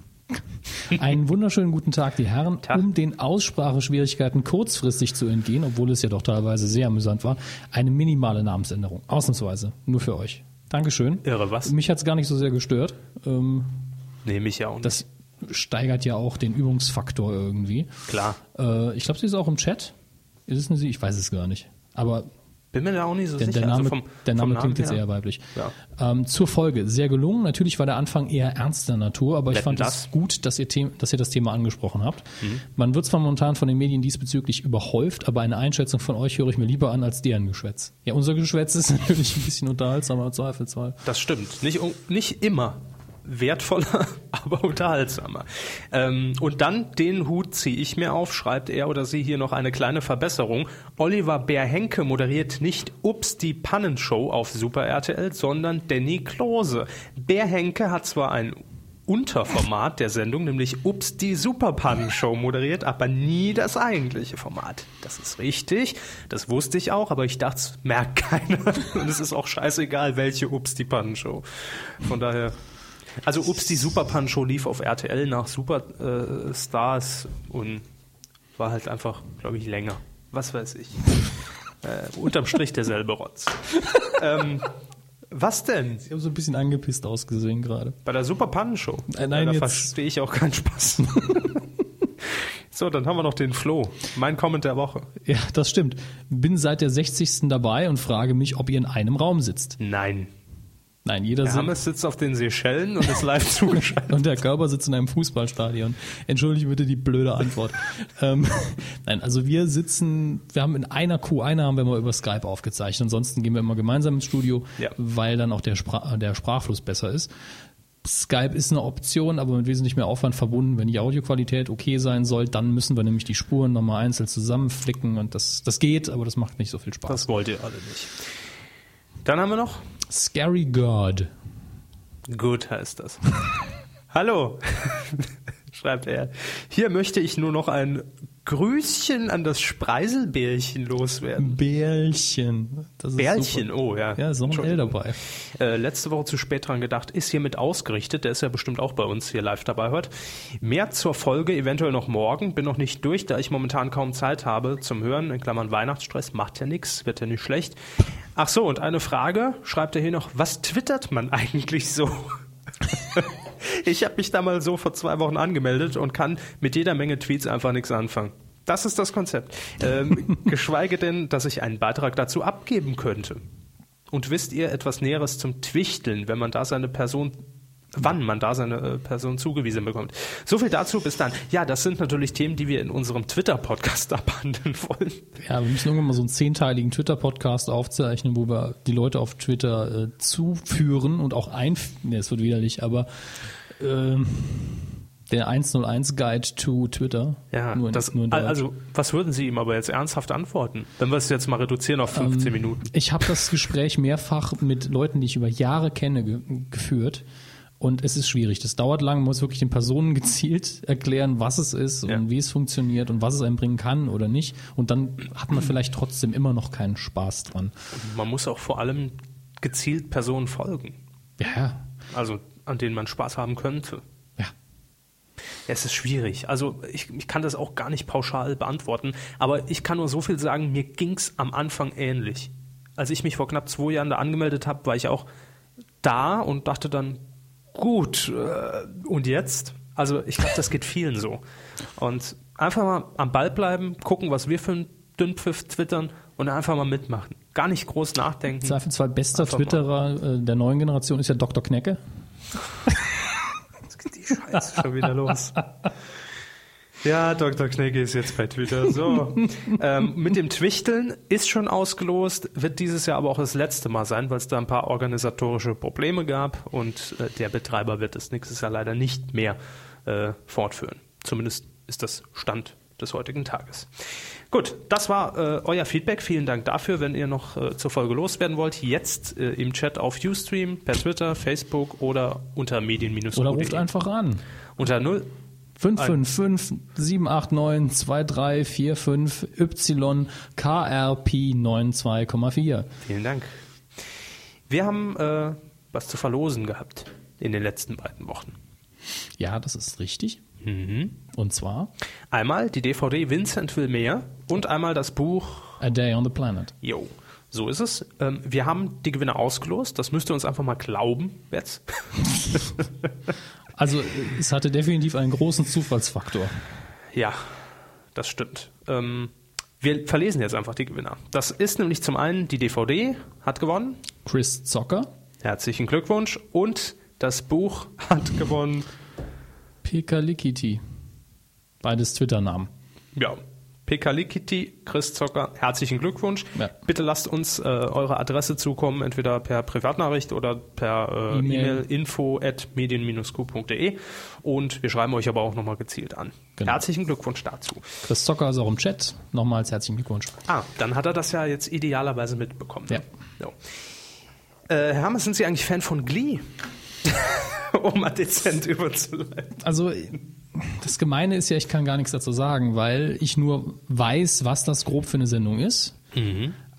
Einen wunderschönen guten Tag, die Herren. Tag. Um den Ausspracheschwierigkeiten kurzfristig zu entgehen, obwohl es ja doch teilweise sehr amüsant war, eine minimale Namensänderung. Ausnahmsweise. Nur für euch. Dankeschön. Irre, was? Mich hat's gar nicht so sehr gestört. Ähm, Nehme ich ja und das steigert ja auch den Übungsfaktor irgendwie. klar. Äh, ich glaube, sie ist auch im Chat. Ist es eine sie? Ich weiß es gar nicht. Aber Bin mir da auch nicht so der, sicher. der Name, also vom, der Name vom klingt jetzt her. eher weiblich. Ja. Ähm, zur Folge. Sehr gelungen. Natürlich war der Anfang eher ernster Natur, aber ich Wetten, Mhm. fand dass? es gut, dass ihr, The dass ihr das Thema angesprochen habt. Man wird zwar momentan von den Medien diesbezüglich überhäuft, aber eine Einschätzung von euch höre ich mir lieber an als deren Geschwätz. Ja, unser Geschwätz ist natürlich ein bisschen unterhaltsamer im Zweifelsfall. Das stimmt. Nicht, un- nicht immer wertvoller, aber unterhaltsamer. Ähm, und dann den Hut ziehe ich mir auf, schreibt er oder sie hier noch eine kleine Verbesserung. Oliver Bär-Henke moderiert nicht Ups die Pannenshow auf Super RTL, sondern Danny Klose. Bär-Henke hat zwar ein Unterformat der Sendung, nämlich Ups die Superpannenshow moderiert, aber nie das eigentliche Format. Das ist richtig, das wusste ich auch, aber ich dachte, es merkt keiner. Und es ist auch scheißegal, welche Ups die Pannenshow. Von daher. Also Ups die Superpannenshow lief auf RTL nach Superstars äh, Stars und war halt einfach, glaube ich, länger. Was weiß ich. Äh, unterm Strich derselbe Rotz. ähm, was denn? Ich habe so ein bisschen angepisst ausgesehen gerade. Bei der Super Pannenshow. Äh, nein, da jetzt- verstehe ich auch keinen Spaß. so, dann haben wir noch den Flo. Mein Comment der Woche. Ja, das stimmt. Bin seit der 60. dabei und frage mich, ob ihr in einem Raum sitzt. Nein. Nein, jeder Der sitzt. Hammes sitzt auf den Seychellen und ist live zugeschaltet. Und der Körper sitzt in einem Fußballstadion. Entschuldige bitte die blöde Antwort. ähm, nein, also wir sitzen, wir haben in einer Kuh, einer haben wir mal über Skype aufgezeichnet. Ansonsten gehen wir immer gemeinsam ins Studio, Ja. weil dann auch der, Spra der Sprachfluss besser ist. Skype ist eine Option, aber mit wesentlich mehr Aufwand verbunden. Wenn die Audioqualität okay sein soll, dann müssen wir nämlich die Spuren nochmal einzeln zusammenflicken und das, das geht, aber das macht nicht so viel Spaß. Das wollt ihr alle nicht. Dann haben wir noch. Scary God. Gut heißt das. Hallo, schreibt er. Hier möchte ich nur noch ein Grüßchen an das Spreiselbärchen loswerden. Bärchen. Das ist Bärchen, super. oh ja. Ja, ist auch ein L Entschuldigung. dabei. Äh, letzte Woche zu spät dran gedacht, ist hiermit ausgerichtet. Der ist ja bestimmt auch bei uns hier live dabei hört. Mehr zur Folge, eventuell noch morgen. Bin noch nicht durch, da ich momentan kaum Zeit habe zum Hören. In Klammern Weihnachtsstress macht ja nichts, wird ja nicht schlecht. Ach so, und eine Frage schreibt er hier noch. Was twittert man eigentlich so? ich habe mich da mal so vor zwei Wochen angemeldet und kann mit jeder Menge Tweets einfach nichts anfangen. Das ist das Konzept. Ähm, geschweige denn, dass ich einen Beitrag dazu abgeben könnte. Und wisst ihr etwas Näheres zum Twichteln, wenn man da seine Person, wann man da seine äh, Person zugewiesen bekommt? So viel dazu bis dann. Ja, das sind natürlich Themen, die wir in unserem Twitter-Podcast abhandeln wollen. Ja, wir müssen irgendwann mal so einen zehnteiligen Twitter-Podcast aufzeichnen, wo wir die Leute auf Twitter äh, zuführen und auch ein, ne, es wird widerlich, aber ähm, der 101-Guide to Twitter. Ja, nur in, das, nur in Deutsch. also, was würden Sie ihm aber jetzt ernsthaft antworten, wenn wir es jetzt mal reduzieren auf Ähm, 15 Minuten? Ich habe das Gespräch mehrfach mit Leuten, die ich über Jahre kenne, ge geführt. Und es ist schwierig. Das dauert lang. Man muss wirklich den Personen gezielt erklären, was es ist Ja. und wie es funktioniert und was es einem bringen kann oder nicht. Und dann hat man vielleicht trotzdem immer noch keinen Spaß dran. Man muss auch vor allem gezielt Personen folgen, Ja, also an denen man Spaß haben könnte. ja. Es ist schwierig. Also ich, ich kann das auch gar nicht pauschal beantworten, aber ich kann nur so viel sagen, mir ging's am Anfang ähnlich. Als ich mich vor knapp zwei Jahren da angemeldet habe, war ich auch da und dachte dann, gut, äh, und jetzt? Also ich glaube, das geht vielen so. Und einfach mal am Ball bleiben, gucken, was wir für einen Dünnpfiff twittern und einfach mal mitmachen. Gar nicht groß nachdenken. Zweifelsfall bester Einfach mal. Twitterer äh, der neuen Generation ist ja Dr. Knecke. Die Scheiße ist schon wieder los. Ja, Dr. Knecke ist jetzt bei Twitter. So. ähm, mit dem Twichteln ist schon ausgelost, wird dieses Jahr aber auch das letzte Mal sein, weil es da ein paar organisatorische Probleme gab und äh, der Betreiber wird es nächstes Jahr leider nicht mehr äh, fortführen. Zumindest ist das Stand des heutigen Tages. Gut, das war äh, euer Feedback. Vielen Dank dafür. Wenn ihr noch äh, zur Folge loswerden wollt, jetzt äh, im Chat auf Ustream, per Twitter, Facebook oder unter medien Oder ruft einfach an. Unter 0 555 789 2345 YKRP 92,4. Vielen Dank. Wir haben äh, was zu verlosen gehabt in den letzten beiden Wochen. Ja, das ist richtig. Mhm. Und zwar Einmal die DVD Vincent will mehr und einmal das Buch A Day on the Planet. Jo. So ist es. Ähm, wir haben die Gewinner ausgelost. Das müsst ihr uns einfach mal glauben jetzt. Also äh, es hatte definitiv einen großen Zufallsfaktor. Ja, das stimmt. Ähm, wir verlesen jetzt einfach die Gewinner. Das ist nämlich zum einen die DVD, hat gewonnen. Chris Zocker, Herzlichen Glückwunsch. Und das Buch hat gewonnen. Pekalikiti. Beides Twitter-Namen. Ja. Pekalikiti, Chris Zocker, herzlichen Glückwunsch. Ja. Bitte lasst uns äh, eure Adresse zukommen, entweder per Privatnachricht oder per äh, E-Mail. E-Mail info at medien-q.de und wir schreiben euch aber auch nochmal gezielt an. Genau. Herzlichen Glückwunsch dazu. Chris Zocker ist auch im Chat. Nochmals herzlichen Glückwunsch. Ah, dann hat er das ja jetzt idealerweise mitbekommen. ne? Ja. So. Äh, Herr Hammes, sind Sie eigentlich Fan von Glee? um mal dezent überzuleiten. Also das Gemeine ist ja, ich kann gar nichts dazu sagen, weil ich nur weiß, was das grob für eine Sendung ist.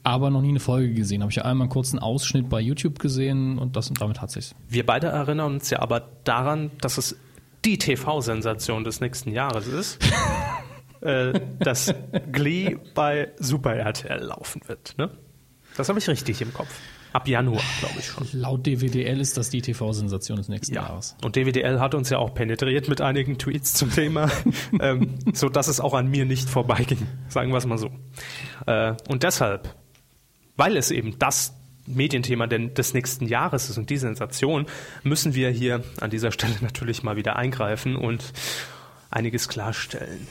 Aber noch nie eine Folge gesehen. Habe ich ja einmal einen kurzen Ausschnitt bei YouTube gesehen und das und damit hat sich's. Wir beide erinnern uns ja aber daran, dass es die TV-Sensation des nächsten Jahres ist, äh, dass Glee bei Super RTL laufen wird. Ne? Das habe ich richtig im Kopf. Ab Januar, glaube ich schon. Laut DWDL ist das die TV-Sensation des nächsten Ja. Jahres. Und DWDL hat uns ja auch penetriert mit einigen Tweets zum Thema, ähm, so dass es auch an mir nicht vorbeiging. Sagen wir es mal so. Äh, und deshalb, weil es eben das Medienthema denn des nächsten Jahres ist und die Sensation, müssen wir hier an dieser Stelle natürlich mal wieder eingreifen und einiges klarstellen.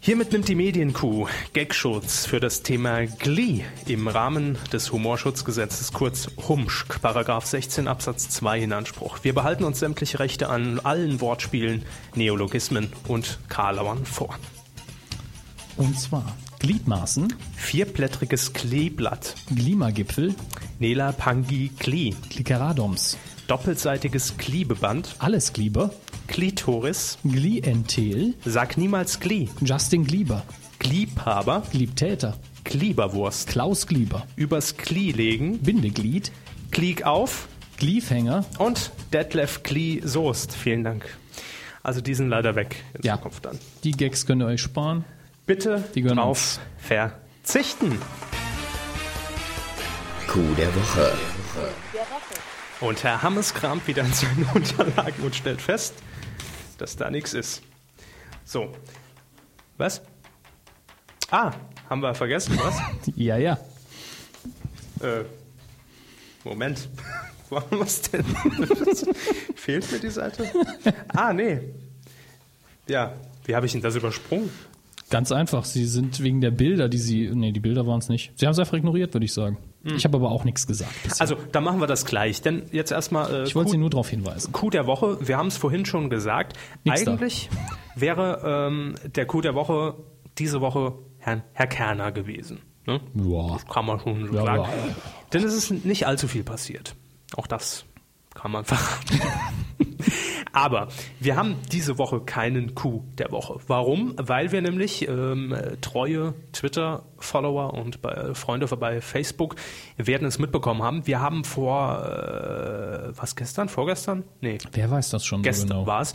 Hiermit nimmt die Medienkuh Gagschutz für das Thema Glee im Rahmen des Humorschutzgesetzes, kurz Humschk, Paragraph 16 Absatz 2 in Anspruch. Wir behalten uns sämtliche Rechte an allen Wortspielen, Neologismen und Karlauern vor. Und zwar Gliedmaßen, Vierblättriges Kleeblatt, Glimagipfel, Nela Pangi Klee, Gliceradoms, doppelseitiges Kliebeband, Alles Glieber, Klitoris, Glientel, sag niemals Glee, Justin Glieber, Gliebhaber, Gliebtäter, Glieberwurst, Klaus Glieber, übers Klie legen, Bindeglied, Klieg auf, Gliefhänger, Und Detlef Klee Soest. Vielen Dank. Also die sind leider weg in Zukunft dann. Die Gags könnt ihr euch sparen. Bitte Die gehören drauf verzichten. Kuh der Woche. Und Herr Hammes kramt wieder in seinen Unterlagen und stellt fest, dass da nichts ist. So. Was? Ah, haben wir vergessen, was? Ja, ja. Äh, Moment. Wo haben wir es denn? Fehlt mir die Seite? Ah, nee. Ja, wie habe ich denn das übersprungen? Ganz einfach. Sie sind wegen der Bilder, die sie. Nee, die Bilder waren es nicht. Sie haben es einfach ignoriert, würde ich sagen. Hm. Ich habe aber auch nichts gesagt. bisher. Also, dann machen wir das gleich. Denn jetzt erstmal äh, ich wollte Sie Coup, nur darauf hinweisen. Coup der Woche. Wir haben es vorhin schon gesagt. Nix da. Eigentlich wäre ähm, der Coup der Woche diese Woche Herrn, Herr Kerner gewesen. Ne? Ja. Kann man schon so Ja, sagen. ja. Denn es ist nicht allzu viel passiert. Auch das kann man verraten. Aber wir haben diese Woche keinen Coup der Woche. Warum? Weil wir nämlich ähm, treue Twitter-Follower und bei, Freunde bei Facebook werden es mitbekommen haben. Wir haben vor, äh, was gestern? Vorgestern? Nee, Wer weiß das schon gestern so genau? war es.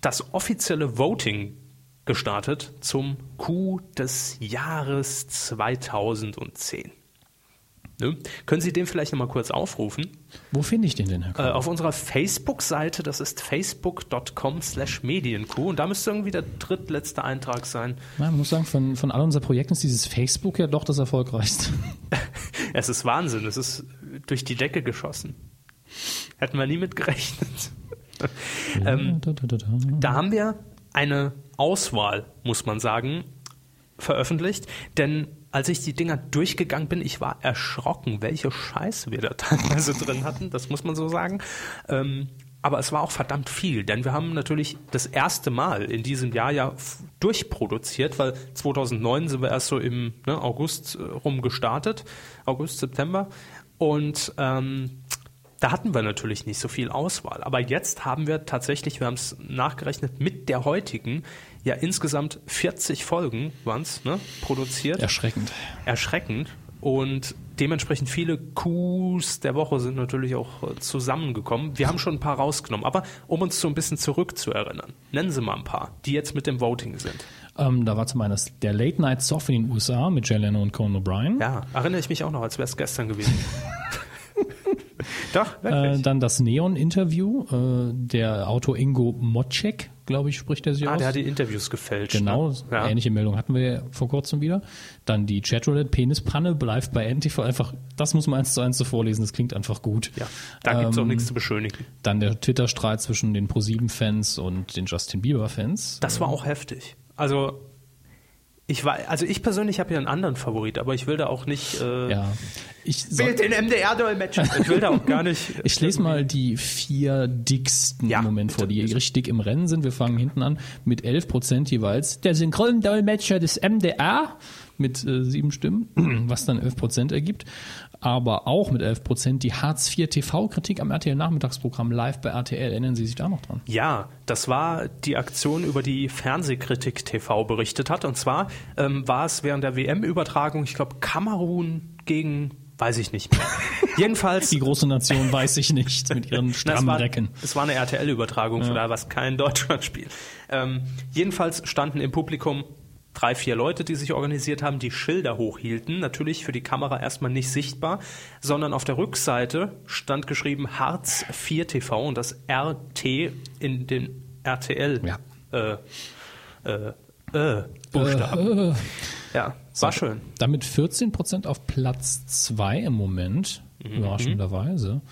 Das offizielle Voting gestartet zum Coup des Jahres 2010. Ne? Können Sie den vielleicht nochmal kurz aufrufen? Wo finde ich den denn, Herr Äh, Kahn? auf unserer Facebook-Seite, das ist facebook.com slash medienkuh und da müsste irgendwie der drittletzte Eintrag sein. Nein, man muss sagen, von, von all unseren Projekten ist dieses Facebook ja doch das erfolgreichste. Es ist Wahnsinn, es ist durch die Decke geschossen. Hätten wir nie mit gerechnet. ähm, Da, da, da, da. da haben wir eine Auswahl, muss man sagen, veröffentlicht, denn als ich die Dinger durchgegangen bin, ich war erschrocken, welche Scheiße wir da teilweise drin hatten, das muss man so sagen. Ähm, Aber es war auch verdammt viel, denn wir haben natürlich das erste Mal in diesem Jahr ja f- durchproduziert, weil 2009 sind wir erst so im ne, August äh, rum gestartet, August, September. Und ähm, da hatten wir natürlich nicht so viel Auswahl. Aber jetzt haben wir tatsächlich, wir haben es nachgerechnet, mit der heutigen ja insgesamt 40 Folgen waren es, ne, produziert Erschreckend. erschreckend. Und dementsprechend viele Coups der Woche sind natürlich auch äh, zusammengekommen. Wir haben schon ein paar rausgenommen, aber um uns so ein bisschen zurückzuerinnern, nennen Sie mal ein paar, die jetzt mit dem Voting sind. Ähm, da war zum einen das- der Late Night Soft in den USA mit Jay Leno und Conan O'Brien. Ja, erinnere ich mich auch noch, als wäre es gestern gewesen. Doch, äh, wirklich. dann das Neon-Interview. Äh, der Autor Ingo Motschek, glaube ich, spricht er sich ah, aus. der hat die Interviews gefälscht. Genau, ne? ja. ähnliche Meldung hatten wir vor kurzem wieder. Dann die Chatroulette Penispanne bleibt bei NTV einfach, das muss man eins zu eins so vorlesen, das klingt einfach gut. Ja, da gibt es auch Ähm, nichts zu beschönigen. Dann der Twitter-Streit zwischen den ProSieben-Fans und den Justin Bieber-Fans. Das war auch heftig. Also ich war, also ich persönlich habe ja einen anderen Favorit, aber ich will da auch nicht. Äh, Ja. Ich, so, Wählt den MDR-Dolmetscher. Ich will da auch gar nicht. ich lese mal die vier dicksten Äh, Ja, im Moment vor, die bitte. richtig dick im Rennen sind. Wir fangen hinten an mit 11% jeweils. Der Synchrondolmetscher des MDR mit äh, sieben Stimmen, was dann 11% ergibt. Aber auch mit 11% die Hartz-IV-TV-Kritik am RTL-Nachmittagsprogramm live bei RTL. Erinnern Sie sich da noch dran? Ja, das war die Aktion, über die Fernsehkritik TV berichtet hat. Und zwar ähm, war es während der WM-Übertragung, ich glaube, Kamerun gegen, weiß ich nicht mehr. Jedenfalls. Die große Nation weiß ich nicht mit ihren Na, es strammen war, Recken. es war eine RTL-Übertragung, von daher war es kein Deutschlandspiel. Ähm, jedenfalls standen im Publikum drei, vier Leute, die sich organisiert haben, die Schilder hochhielten. Natürlich für die Kamera erstmal nicht sichtbar, sondern auf der Rückseite stand geschrieben Hartz 4 TV und das RT in den RTL. Ja. Äh, äh, äh, Buchstaben. Äh, äh. ja, war schön. Damit 14% auf Platz 2 im Moment, Mhm. überraschenderweise.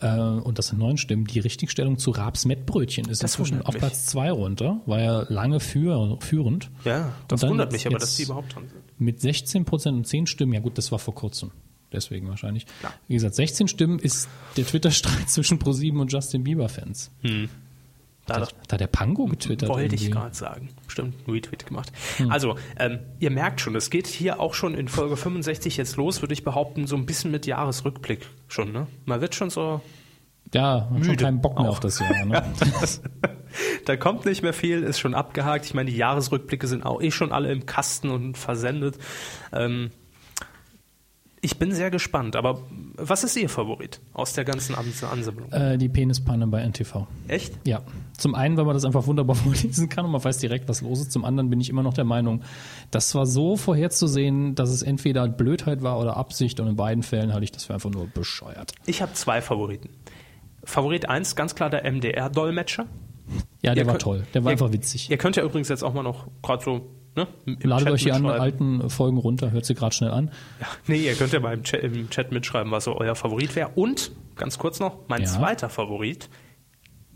Äh, und das sind neun Stimmen. Die Richtigstellung zu Raps Mettbrötchen ist Das inzwischen wundert auf mich. Platz 2 runter, war ja lange für, führend. Ja, Und das dann wundert mich jetzt- aber, dass die jetzt überhaupt dran sind. Mit 16% und 10 Stimmen, ja gut, das war vor kurzem. Deswegen wahrscheinlich. Klar. Wie gesagt, 16 Stimmen ist der Twitter-Streit zwischen ProSieben und Justin Bieber-Fans. Hm. Da Da, dachte da hat der Pango getwittert. Wollte ich irgendwie. gerade sagen. Stimmt, einen Retweet gemacht. Also, ähm, ihr merkt schon, es geht hier auch schon in Folge 65 jetzt los, würde ich behaupten, so ein bisschen mit Jahresrückblick schon, ne? Man wird schon so, Ja, hat schon Müde keinen Bock mehr auch. auf das Jahr. Ne? da kommt nicht mehr viel, ist schon abgehakt. Ich meine, die Jahresrückblicke sind auch eh schon alle im Kasten und versendet. Ähm, ich bin sehr gespannt, aber was ist Ihr Favorit aus der ganzen Ans Ansammlung? äh, die Penispanne bei NTV. Echt? Ja, zum einen, weil man das einfach wunderbar vorlesen kann und man weiß direkt, was los ist. Zum anderen bin ich immer noch der Meinung, das war so vorherzusehen, dass es entweder Blödheit war oder Absicht und in beiden Fällen halte ich das für einfach nur bescheuert. Ich habe zwei Favoriten. Favorit 1, ganz klar der MDR-Dolmetscher. Ja, der Ihr war könnt- toll, der ihr- war einfach witzig. Ihr könnt ja übrigens jetzt auch mal noch gerade so ne, im Ladet Chat euch die an, mitschreiben. alten Folgen runter, hört sie gerade schnell an. Ja, nee, ihr könnt ja mal im Chat, im Chat mitschreiben, was so euer Favorit wäre. Und ganz kurz noch, mein Ja. zweiter Favorit,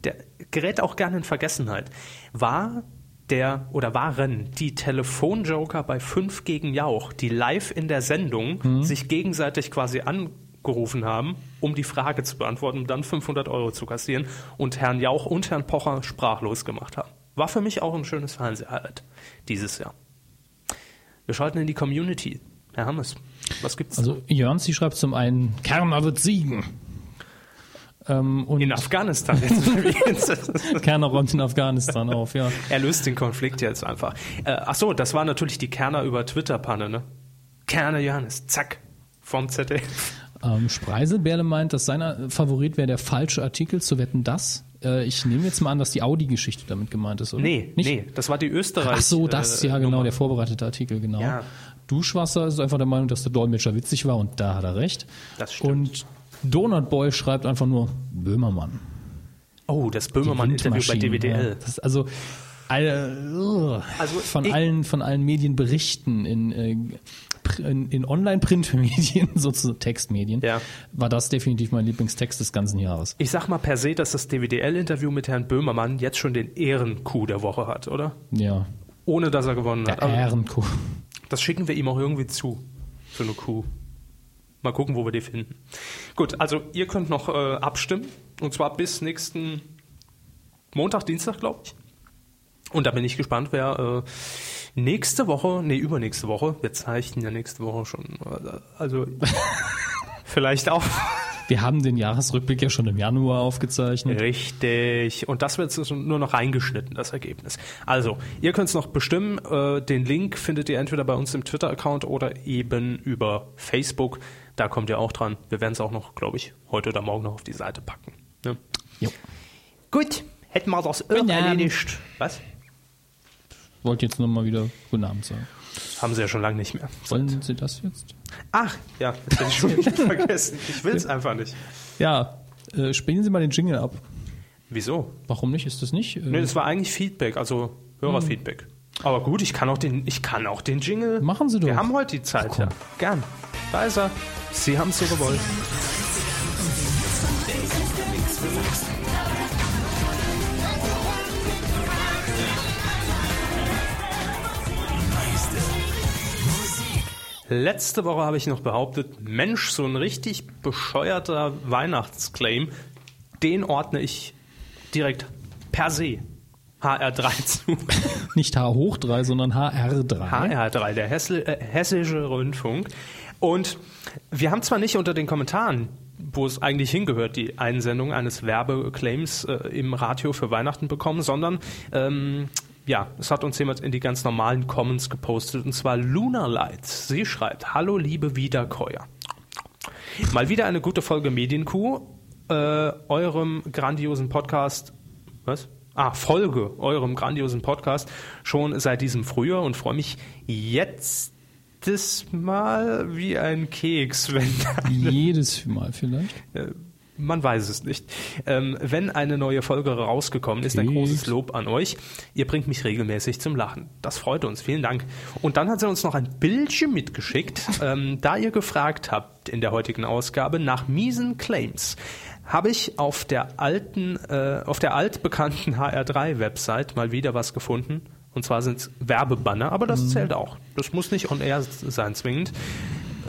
der gerät auch gerne in Vergessenheit, war der oder waren die Telefonjoker bei 5 gegen Jauch, die live in der Sendung sich gegenseitig quasi angerufen haben, um die Frage zu beantworten, um dann 500 Euro zu kassieren und Herrn Jauch und Herrn Pocher sprachlos gemacht haben. War für mich auch ein schönes Fernsehhighlight dieses Jahr. Wir schalten in die Community. Herr Hammes, was gibt's Also Jörn, sie schreibt zum einen, Kerner wird siegen. Ähm, und in Afghanistan jetzt? Kerner räumt in Afghanistan auf, ja. er löst den Konflikt jetzt einfach. Äh, ach so, das war natürlich die Kerner über Twitter-Panne, ne? Kerner Johannes, zack, vom ZDF. Ähm, Spreiselberle meint, dass seiner Favorit wäre der falsche Artikel zu wetten, das. Äh, ich nehme jetzt mal an, dass die Audi-Geschichte damit gemeint ist, oder? Nee, Nicht? nee, das war die Österreich. Ach so, das, äh, ja genau, Nummer. der vorbereitete Artikel, genau. Ja. Duschwasser ist einfach der Meinung, dass der Dolmetscher witzig war und da hat er recht. Das stimmt. Und Donut Boy schreibt einfach nur Böhmermann. Oh, das Die Böhmermann-Interview bei Windmaschine, DWDL. ja. Das ist also, alle, Also also von, ich- allen, von allen Medienberichten in, äh, pr- in, in Online-Print-Medien, sozusagen Textmedien, Ja. war das definitiv mein Lieblingstext des ganzen Jahres. Ich sag mal per se, dass das DWDL-Interview mit Herrn Böhmermann jetzt schon den Ehrenkuh der Woche hat, oder? Ja, Ohne dass er gewonnen der hat. Also Aber Ehrenkuh. das schicken wir ihm auch irgendwie zu. So eine Kuh. Mal gucken, wo wir die finden. Gut, also ihr könnt noch äh, abstimmen. Und zwar bis nächsten Montag, Dienstag, glaube ich. Und da bin ich gespannt, wer äh, nächste Woche, nee, übernächste Woche, wir zeichnen ja nächste Woche schon, äh, also vielleicht auch. Wir haben den Jahresrückblick ja schon im Januar Mhm. aufgezeichnet. Richtig. Und das wird jetzt nur noch reingeschnitten, das Ergebnis. Also, ihr könnt es noch bestimmen. Äh, den Link findet ihr entweder bei uns im Twitter-Account oder eben über Facebook. Da kommt ihr auch dran. Wir werden es auch noch, glaube ich, heute oder morgen noch auf die Seite packen. Ne? Jo. Gut, hätten wir das Guten auch Abend. erledigt. Was? Wollte jetzt nochmal wieder guten Abend sagen. Haben sie ja schon lange nicht mehr. Wollen Sie das jetzt? Ach, ja, das hätte ich schon wieder vergessen. Ich will es einfach nicht. Ja, äh, spielen Sie mal den Jingle ab. Wieso? Warum nicht? Ist das nicht? Äh, Nee, das war eigentlich Feedback, also Hörerfeedback. Aber gut, ich kann auch den, ich kann auch den Jingle. Machen Sie doch. Wir haben heute die Zeit. Ach, ja. komm. Gern. Da ist er. Sie haben es so gewollt. Letzte Woche habe ich noch behauptet, Mensch, so ein richtig bescheuerter Weihnachtsclaim, den ordne ich direkt per se HR3 zu. nicht H hoch 3, sondern HR3. HR3, der Hessel, äh, Hessische Rundfunk. Und wir haben zwar nicht unter den Kommentaren, wo es eigentlich hingehört, die Einsendung eines Werbeclaims äh, im Radio für Weihnachten bekommen, sondern ähm, ja, es hat uns jemand in die ganz normalen Comments gepostet, und zwar Luna Lights. Sie schreibt, Hallo liebe Wiederkäuer. Mal wieder eine gute Folge Medienkuh, äh, eurem grandiosen Podcast. Was? Ah, Folge eurem grandiosen Podcast schon seit diesem Frühjahr und freue mich jetzt Mal wie ein Keks, wenn Jedes Mal vielleicht. man weiß es nicht. Ähm, wenn eine neue Folge rausgekommen ist, ein Tschüss. großes Lob an euch. Ihr bringt mich regelmäßig zum Lachen. Das freut uns. Vielen Dank. Und dann hat sie uns noch ein Bildchen mitgeschickt. Ähm, da ihr gefragt habt in der heutigen Ausgabe nach miesen Claims, habe ich auf der alten, äh, auf der altbekannten HR3-Website mal wieder was gefunden. Und zwar sind es Werbebanner, aber Mhm. das zählt auch. Das muss nicht on air sein zwingend.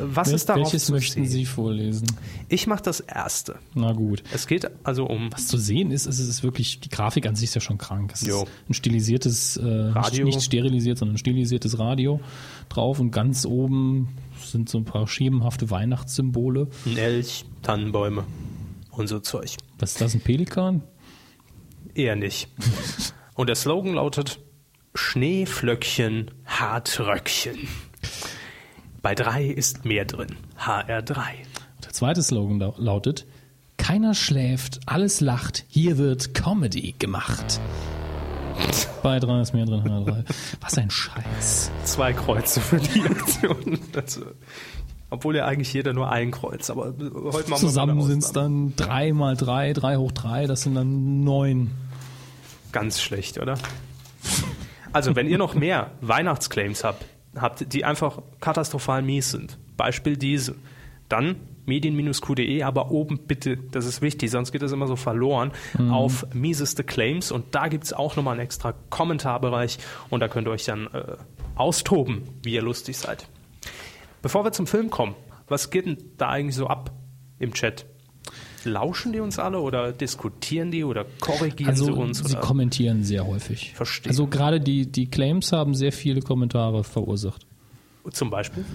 Was ist darauf Welches zu möchten sehen? Sie vorlesen? Ich mache das Erste. Na gut. Es geht also um Was zu sehen ist, ist es ist wirklich, die Grafik an sich ist ja schon krank. Es Jo. ist ein stilisiertes, äh, Radio. nicht sterilisiert, sondern ein stilisiertes Radio drauf und ganz oben sind so ein paar schemenhafte Weihnachtssymbole. einen Elch, Tannenbäume und so Zeug. Was ist das, ein Pelikan? Eher nicht. Und der Slogan lautet: Schneeflöckchen, Hartröckchen. Bei drei ist mehr drin. HR3. Der zweite Slogan lau- lautet, keiner schläft, alles lacht, hier wird Comedy gemacht. Bei drei ist mehr drin, einer drei. Was ein Scheiß. Zwei Kreuze für die Aktion. Das, äh, obwohl ja eigentlich jeder nur ein Kreuz, aber äh, heute machen wir Zusammen mal eine sind es Ausnahme. dann drei mal drei, drei hoch drei, das sind dann neun. Ganz schlecht, oder? Also, wenn ihr noch mehr Weihnachtsclaims habt, habt, die einfach katastrophal mies sind, Beispiel diese, dann medien-q.de, aber oben bitte, das ist wichtig, sonst geht das immer so verloren, Mhm. auf mieseste Claims und da gibt es auch nochmal einen extra Kommentarbereich und da könnt ihr euch dann äh, austoben, wie ihr lustig seid. Bevor wir zum Film kommen, was geht denn da eigentlich so ab im Chat? Lauschen die uns alle oder diskutieren die oder korrigieren sie Also uns? äh, sie oder? kommentieren sehr häufig. Verstehe. Also gerade die, die Claims haben sehr viele Kommentare verursacht. Zum Beispiel?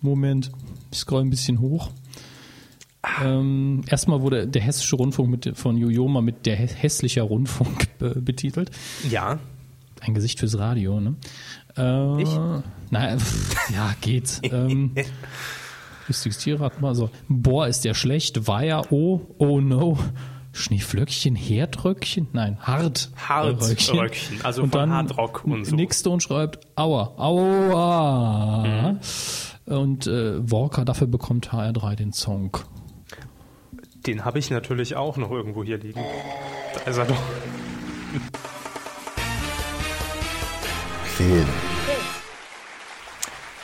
Moment, ich scroll ein bisschen hoch. Ähm, erstmal wurde der Hessische Rundfunk mit, von Jojoma mit der hä- hässlicher Rundfunk äh, betitelt. Ja. Ein Gesicht fürs Radio, ne? Äh, Ich? Naja, pff, ja, geht. ähm, lustiges Tierrad mal so. Boah, ist der schlecht. Weiher, oh, oh no. Schneeflöckchen, Herdröckchen? Nein, hart. Hartröckchen, also und von dann Hardrock und so. Nixte und schreibt, aua, aua. Mhm. Und äh, Walker, dafür bekommt HR3 den Song. Den habe ich natürlich auch noch irgendwo hier liegen. Da ist er doch. Film.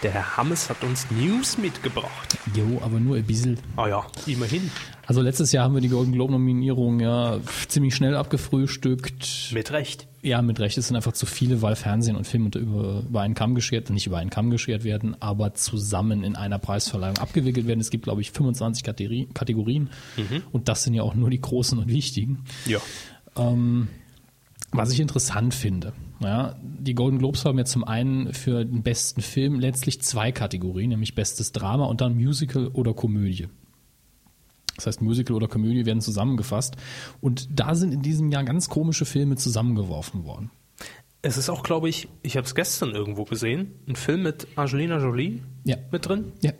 Der Herr Hammes hat uns News mitgebracht. Jo, aber nur ein bisschen. Ah ja, immerhin. Also letztes Jahr haben wir die Golden Globe Nominierung ja ziemlich schnell abgefrühstückt. Mit Recht. Ja, mit Recht, es sind einfach zu viele, weil Fernsehen und Film unter- über, über einen Kamm geschert, nicht über einen Kamm geschert werden, aber zusammen in einer Preisverleihung abgewickelt werden. Es gibt, glaube ich, 25 Kategori- Kategorien und das sind ja auch nur die großen und wichtigen. Ja. Ähm, was ich interessant finde, ja, die Golden Globes haben ja zum einen für den besten Film letztlich zwei Kategorien, nämlich bestes Drama und dann Musical oder Komödie. Das heißt, Musical oder Komödie werden zusammengefasst. Und da sind in diesem Jahr ganz komische Filme zusammengeworfen worden. Es ist auch, glaube ich, ich habe es gestern irgendwo gesehen, ein Film mit Angelina Jolie Ja. mit drin. Ja.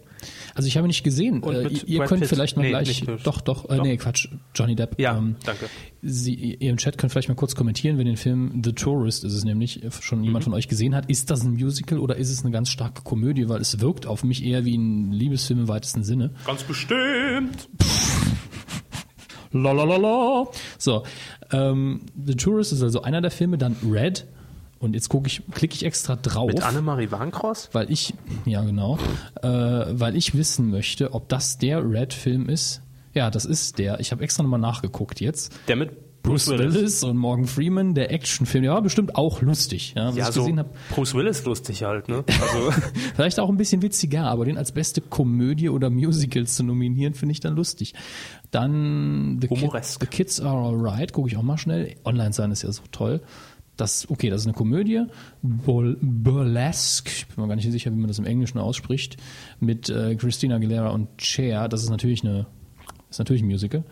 Also ich habe ihn nicht gesehen. Und äh, mit ihr Brad könnt Pitt. vielleicht mal Nee, gleich. nicht mit- Doch, doch, äh, Doch. nee, Quatsch. Johnny Depp. Ja, ähm, danke. Sie, ihr im Chat könnt vielleicht mal kurz kommentieren, wenn den Film The Tourist ist es nämlich äh, schon jemand Mhm. von euch gesehen hat. Ist das ein Musical oder ist es eine ganz starke Komödie? Weil es wirkt auf mich eher wie ein Liebesfilm im weitesten Sinne. Ganz bestimmt. Lalalala. So, ähm, The Tourist ist also einer der Filme, dann Red. Und jetzt gucke ich, klicke ich extra drauf. Mit Annemarie Warnkross? weil ich, ja genau, äh, weil ich wissen möchte, ob das der Red-Film ist. Ja, das ist der. Ich habe extra nochmal nachgeguckt jetzt. Der mit Bruce Willis. und Morgan Freeman, der Actionfilm, der war bestimmt auch lustig. Ja, also was Ja, ich so gesehen habe. Bruce Willis lustig halt, ne? Also, Vielleicht auch ein bisschen witziger, aber den als beste Komödie oder Musical zu nominieren, finde ich dann lustig. Dann The, Humoresk. The Kids Are Alright, gucke ich auch mal schnell. Online sein ist ja so toll. Das, okay, das ist eine Komödie. Bol Burlesque, ich bin mir gar nicht sicher, wie man das im Englischen ausspricht, mit äh, Christina Aguilera und Cher. Das ist natürlich eine, ist natürlich ein Musical.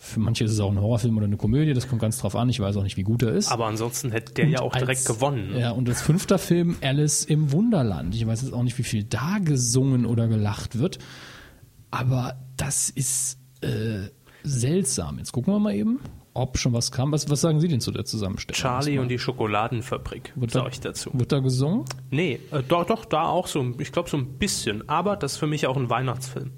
Für manche ist es auch ein Horrorfilm oder eine Komödie, das kommt ganz drauf an. Ich weiß auch nicht, wie gut er ist. aber ansonsten hätte der Und ja auch direkt als- gewonnen. ne? Ja, und als fünfter Film Alice im Wunderland. Ich weiß jetzt auch nicht, wie viel da gesungen oder gelacht wird, aber das ist äh, seltsam. Jetzt gucken wir mal eben, ob schon was kam. Was, was sagen Sie denn zu der Zusammenstellung? Charlie und die Schokoladenfabrik, sage ich dazu. Wird da gesungen? Nee, äh, doch, doch, da auch so, ein- ich glaube so ein bisschen, aber das ist für mich auch ein Weihnachtsfilm.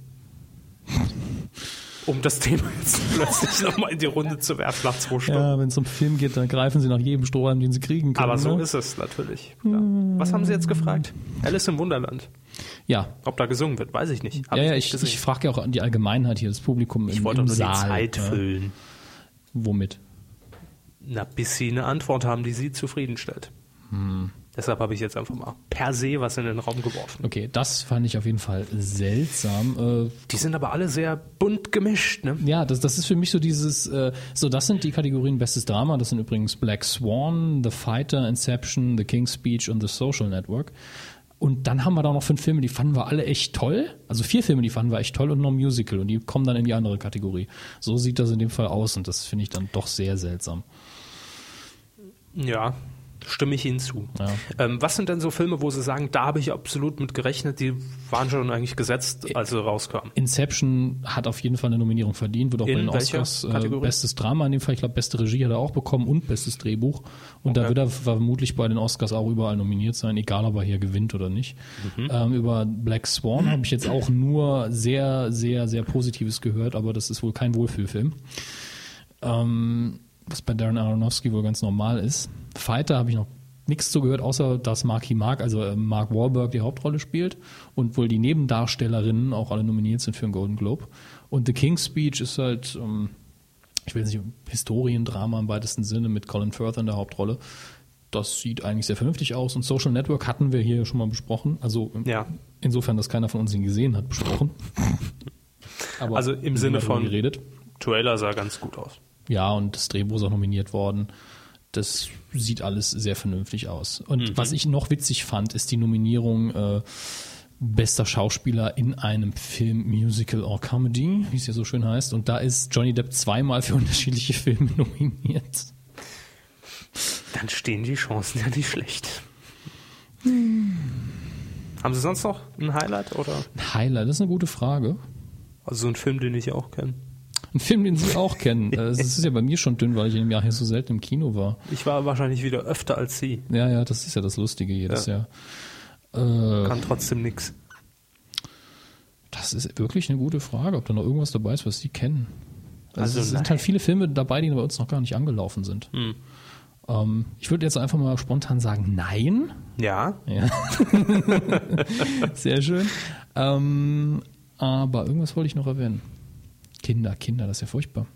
Um das Thema jetzt plötzlich nochmal in die Runde zu werfen nach zwei Stunden. Ja, wenn es um Film geht, dann greifen sie nach jedem Strohhalm, den sie kriegen können. aber so ne? ist es natürlich. Ja. Was haben Sie jetzt gefragt? Alice im Wunderland. Ja. Ob da gesungen wird, weiß ich nicht. Hab Ja, ja, nicht ich, gesehen. ich frage ja auch an die Allgemeinheit hier, das Publikum im, Ich wollte im doch nur Saal. die Zeit ne? füllen. Womit? Na, bis Sie eine Antwort haben, die Sie zufriedenstellt. Mhm. Deshalb habe ich jetzt einfach mal per se was in den Raum geworfen. Okay, das fand ich auf jeden Fall seltsam. Äh, Die sind aber alle sehr bunt gemischt, ne? Ja, das, das ist für mich so dieses, äh, so das sind die Kategorien Bestes Drama, das sind übrigens Black Swan, The Fighter, Inception, The King's Speech und The Social Network. Und dann haben wir da noch fünf Filme, die fanden wir alle echt toll. Also vier Filme, die fanden wir echt toll und noch ein Musical und die kommen dann in die andere Kategorie. So sieht das in dem Fall aus und das finde ich dann doch sehr seltsam. Ja, stimme ich Ihnen zu. Ja. Ähm, was sind denn so Filme, wo Sie sagen, da habe ich absolut mit gerechnet, die waren schon eigentlich gesetzt, als sie rauskamen? Inception hat auf jeden Fall eine Nominierung verdient, wird auch In bei den welcher Oscars äh, Kategorie? bestes Drama in dem Fall, ich glaube beste Regie hat er auch bekommen und bestes Drehbuch und da Okay. wird er vermutlich bei den Oscars auch überall nominiert sein, egal ob er hier gewinnt oder nicht. Mhm. Ähm, über Black Swan habe ich jetzt auch nur sehr, sehr, sehr Positives gehört, aber das ist wohl kein Wohlfühlfilm. Ähm, was bei Darren Aronofsky wohl ganz normal ist. Fighter habe ich noch nichts zu gehört, außer dass Marky Mark, also äh, Mark Wahlberg, die Hauptrolle spielt und wohl die Nebendarstellerinnen auch alle nominiert sind für den Golden Globe. Und The King's Speech ist halt, ähm, ich will jetzt nicht, Historiendrama im weitesten Sinne mit Colin Firth in der Hauptrolle. Das sieht eigentlich sehr vernünftig aus. Und Social Network hatten wir hier schon mal besprochen. Also ähm, Ja. insofern, dass keiner von uns ihn gesehen hat, besprochen. Aber Also im Sinne darüber von- geredet. Trailer sah ganz gut aus. Ja, und das Drehbuch ist auch nominiert worden. Das sieht alles sehr vernünftig aus. Und was ich noch witzig fand, ist die Nominierung äh, bester Schauspieler in einem Film, Musical or Comedy, wie es ja so schön heißt. Und da ist Johnny Depp zweimal für unterschiedliche Filme nominiert. Dann stehen die Chancen ja nicht schlecht. Hm. Haben Sie sonst noch ein Highlight oder Highlight, das ist eine gute Frage. also so einen Film, den ich auch kenne? Ein Film, den Sie auch kennen. Äh, Es ist ja bei mir schon dünn, weil ich in dem Jahr hier so selten im Kino war. Ich war wahrscheinlich wieder öfter als Sie, Ja, ja, das ist ja das Lustige jedes Jahr. Äh, kann trotzdem nichts. Das ist wirklich eine gute Frage, ob da noch irgendwas dabei ist, was Sie kennen. Also, Also es sind nein. Hm. halt viele Filme dabei, die bei uns noch gar nicht angelaufen sind. Ähm, ich würde jetzt einfach mal spontan sagen, nein. Ja. Ja. Sehr schön. Ähm, aber irgendwas wollte ich noch erwähnen. Kinder, Kinder, das ist ja furchtbar.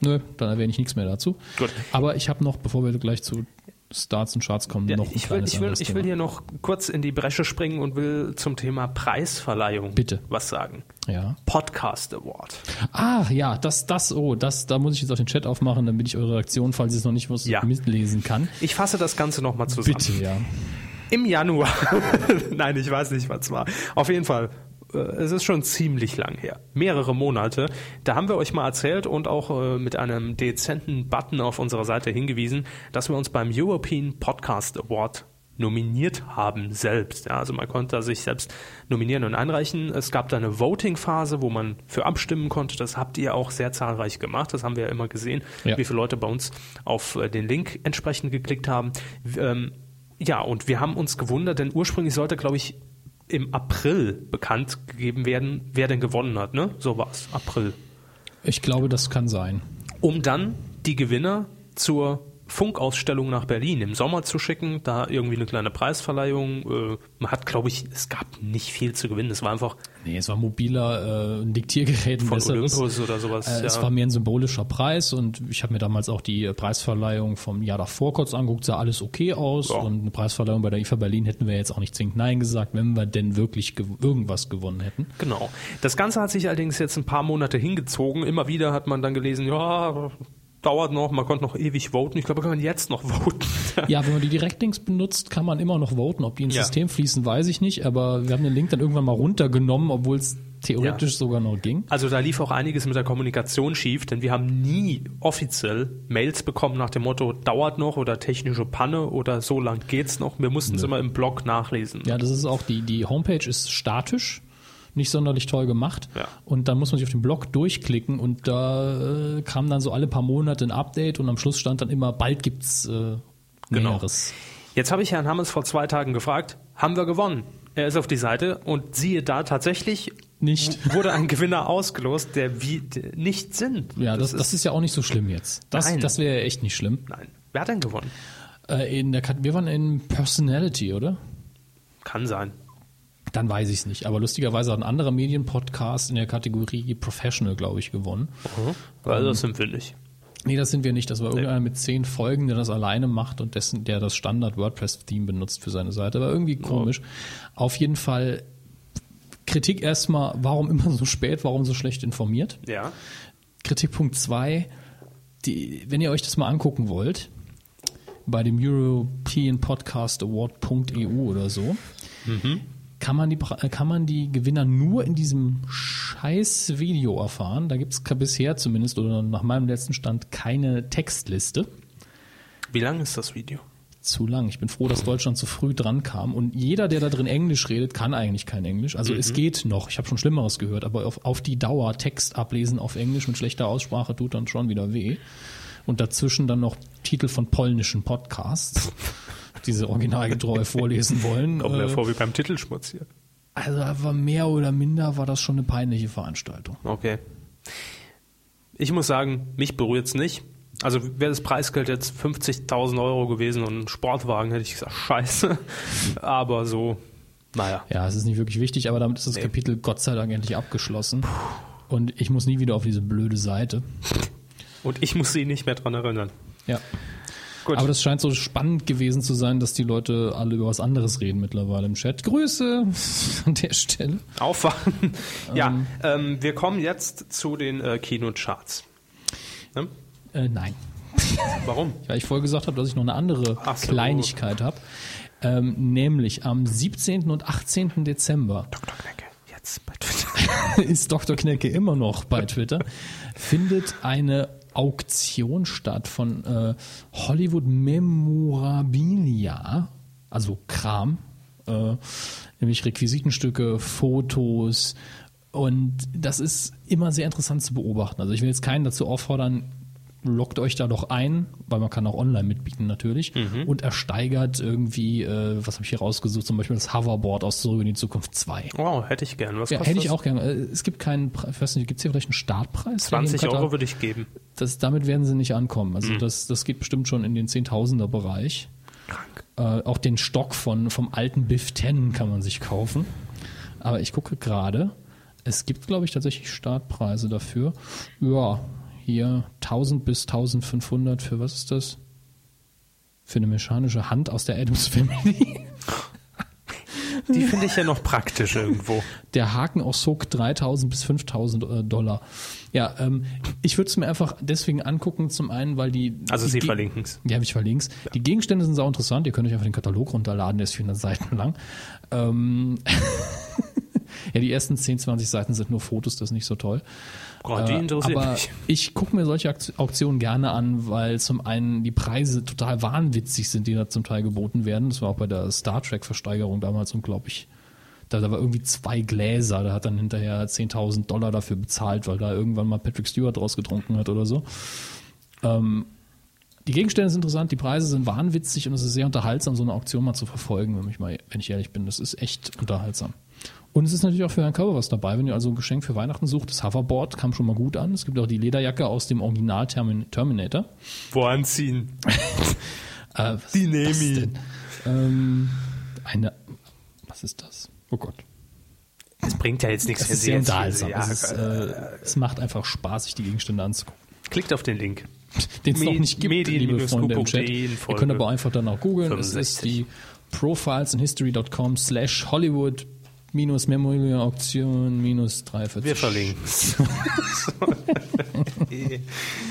Nö, dann erwähne ich nichts mehr dazu. Gut. Aber ich habe noch, bevor wir gleich zu Starts und Charts kommen, Ja, noch ein ich, will, kleines ich, will, anderes ich will Thema. hier noch kurz in die Bresche springen und will zum Thema Preisverleihung Bitte. was sagen. Ja. Podcast Award. Ach ja, das, das, oh, das, da muss ich jetzt auch den Chat aufmachen, damit ich eure Reaktion, falls ihr es noch nicht wusstet, Ja. mitlesen kann. Ich fasse das Ganze nochmal zusammen. Bitte, ja. Im Januar. Nein, ich weiß nicht, was war. Auf jeden Fall. äh, Es ist schon ziemlich lang her. Mehrere Monate. Da haben wir euch mal erzählt und auch äh, mit einem dezenten Button auf unserer Seite hingewiesen, dass wir uns beim European Podcast Award nominiert haben selbst. Ja, also man konnte da sich selbst nominieren und einreichen. Es gab da eine Voting-Phase, wo man für abstimmen konnte. Das habt ihr auch sehr zahlreich gemacht. Das haben wir ja immer gesehen, Ja. wie viele Leute bei uns auf äh, den Link entsprechend geklickt haben. W- Ähm, ja, und wir haben uns gewundert, denn ursprünglich sollte, glaube ich, im April bekannt gegeben werden, wer denn gewonnen hat. Ne? So war es, April. Ich glaube, das kann sein. Um dann die Gewinner zur Funkausstellung nach Berlin im Sommer zu schicken, da irgendwie eine kleine Preisverleihung. Äh, man hat, glaube ich, es gab nicht viel zu gewinnen. Es war einfach Nee, es war mobiler äh, ein Diktiergerät, ein von besseres. Olympus oder sowas. Äh, Es ja. war mir ein symbolischer Preis und ich habe mir damals auch die äh, Preisverleihung vom Jahr davor kurz angeguckt, sah alles okay aus Ja. und eine Preisverleihung bei der IFA Berlin hätten wir jetzt auch nicht zwingend Nein gesagt, wenn wir denn wirklich gew irgendwas gewonnen hätten. Genau. Das Ganze hat sich allerdings jetzt ein paar Monate hingezogen. Immer wieder hat man dann gelesen, ja, dauert noch, man konnte noch ewig voten. Ich glaube, kann man jetzt noch voten. Ja, wenn man die Direktlinks benutzt, kann man immer noch voten. Ob die ins Ja. System fließen, weiß ich nicht, aber wir haben den Link dann irgendwann mal runtergenommen, obwohl es theoretisch sogar noch ging. Also da lief auch einiges mit der Kommunikation schief, denn wir haben nie offiziell Mails bekommen nach dem Motto, dauert noch oder technische Panne oder so lang geht's noch. Wir mussten es immer im Blog nachlesen. Ja, das ist auch die, die Homepage ist statisch, nicht sonderlich toll gemacht. Ja. Und dann muss man sich auf den Blog durchklicken und da äh, kam dann so alle paar Monate ein Update und am Schluss stand dann immer, bald gibt's äh, Genau. Näheres. Jetzt habe ich Herrn Hammers vor zwei Tagen gefragt, haben wir gewonnen? Er ist auf die Seite und siehe da, tatsächlich Nicht. wurde ein Gewinner ausgelost, der wie der nicht sind. Ja, das, das, ist, ja auch nicht so schlimm jetzt. Das, Nein. das wäre echt nicht schlimm. Nein. Wer hat denn gewonnen? Äh, in der, Kat- wir waren in Personality, oder? Kann sein. Dann weiß ich es nicht. Aber lustigerweise hat ein anderer Medienpodcast in der Kategorie Professional, glaube ich, gewonnen. Also das sind wir nicht. Nee, das sind wir nicht. Das war irgendeiner mit zehn Folgen, der das alleine macht und dessen, der das Standard WordPress-Theme benutzt für seine Seite. Aber irgendwie komisch. Auf jeden Fall Kritik erstmal, warum immer so spät, warum so schlecht informiert. Ja. Kritikpunkt zwei: die, wenn ihr euch das mal angucken wollt, bei dem European Podcast Award.eu oder so, kann, man die, Pre- äh, kann man die Gewinner nur in diesem scheiß Video erfahren. Da gibt es bisher zumindest oder nach meinem letzten Stand keine Textliste. Wie lang ist das Video? Zu lang. Ich bin froh, dass Deutschland zu früh dran kam. Und jeder, der da drin Englisch redet, kann eigentlich kein Englisch. Also Mhm. es geht noch. Ich habe schon Schlimmeres gehört, aber auf, auf die Dauer Text ablesen auf Englisch mit schlechter Aussprache tut dann schon wieder weh. Und dazwischen dann noch Titel von polnischen Podcasts, diese originalgetreu vorlesen wollen. Kommt mir Äh, vor wie beim Titelschmutz hier. Also aber mehr oder minder war das schon eine peinliche Veranstaltung. Okay. Ich muss sagen, mich berührt es nicht. Also wäre das Preisgeld jetzt 50.000 Euro gewesen und ein Sportwagen, hätte ich gesagt, scheiße. Aber so, naja. Ja, es ist nicht wirklich wichtig, aber damit ist das Kapitel Gott sei Dank endlich abgeschlossen. Und ich muss nie wieder auf diese blöde Seite. Und ich muss sie nicht mehr dran erinnern. Ja. Gut. Aber das scheint so spannend gewesen zu sein, dass die Leute alle über was anderes reden mittlerweile im Chat. Grüße an der Stelle. Aufwachen. Ja, ähm, wir kommen jetzt zu den äh, Kinocharts. Ne? Äh, nein. Warum? Weil ich vorher gesagt habe, dass ich noch eine andere Ach so. Kleinigkeit habe. Ähm, nämlich am 17. und 18. Dezember Dr. Knecke, jetzt bei Twitter. ist Dr. Knecke immer noch bei Twitter, findet eine Auktion statt von äh, Hollywood Memorabilia, also Kram, äh, nämlich Requisitenstücke, Fotos und das ist immer sehr interessant zu beobachten. Also ich will jetzt keinen dazu auffordern, loggt euch da doch ein, weil man kann auch online mitbieten natürlich und ersteigert irgendwie, äh, was habe ich hier rausgesucht, zum Beispiel das Hoverboard aus Zurück in die Zukunft 2. Wow, hätte ich gern. Was Ja, kostet hätte ich das? auch gerne. Äh, Es gibt keinen, Pre- ich weiß nicht, gibt es hier vielleicht einen Startpreis? 20 Euro Mhm. würde ich geben. das, damit werden sie nicht ankommen. Also das, das geht bestimmt schon in den Zehntausender-Bereich. Krank. Äh, auch den Stock von, vom alten Biff 10 kann man sich kaufen. Aber ich gucke gerade, es gibt, glaube ich, tatsächlich Startpreise dafür. Ja, hier 1000 bis 1500 für was ist das? Für eine mechanische Hand aus der Adams Family. Die finde ich ja noch praktisch irgendwo. Der Haken aus Hook 3000 bis 5000 äh, Dollar. Ja, ähm, ich würde es mir einfach deswegen angucken, zum einen, weil die. Also die Sie Ge- verlinken's. Ja, ich verlinken's. Die Gegenstände sind sau interessant. Ihr könnt euch einfach den Katalog runterladen, der ist 400 Seiten lang. Ähm, ja, die ersten 10, 20 Seiten sind nur Fotos, das ist nicht so toll. Gott, die Äh, interessiert aber mich. ich gucke mir solche Akt- Auktionen gerne an, weil zum einen die Preise total wahnwitzig sind, die da zum Teil geboten werden. Das war auch bei der Star Trek-Versteigerung damals unglaublich. Da, da war irgendwie zwei Gläser, da hat dann hinterher 10.000 Dollar dafür bezahlt, weil da irgendwann mal Patrick Stewart rausgetrunken hat oder so. Ähm, die Gegenstände sind interessant, die Preise sind wahnwitzig und es ist sehr unterhaltsam, so eine Auktion mal zu verfolgen, wenn ich, mal, wenn ich ehrlich bin. Das ist echt unterhaltsam. Und es ist natürlich auch für Herrn Körber was dabei, wenn ihr also ein Geschenk für Weihnachten sucht. Das Hoverboard kam schon mal gut an. Es gibt auch die Lederjacke aus dem Original Termin- Terminator. Wo anziehen? Äh, was Die ist nehmen das ihn. denn? Ähm, eine. Was ist das? Oh Gott. Das bringt ja jetzt nichts Es wenn ist Sie sehr jetzt- unterhaltsam. Ja, es, ist, äh, es macht einfach Spaß, sich die Gegenstände anzugucken. klickt auf den Link. den es Me- noch nicht gibt, medien- liebe Freunde im Chat. Q.de in Ihr Folge könnt aber einfach danach googeln. Es ist 65. die profilesandhistory.com slash Hollywood minus Memory Auktion minus 43. Wir verlinken.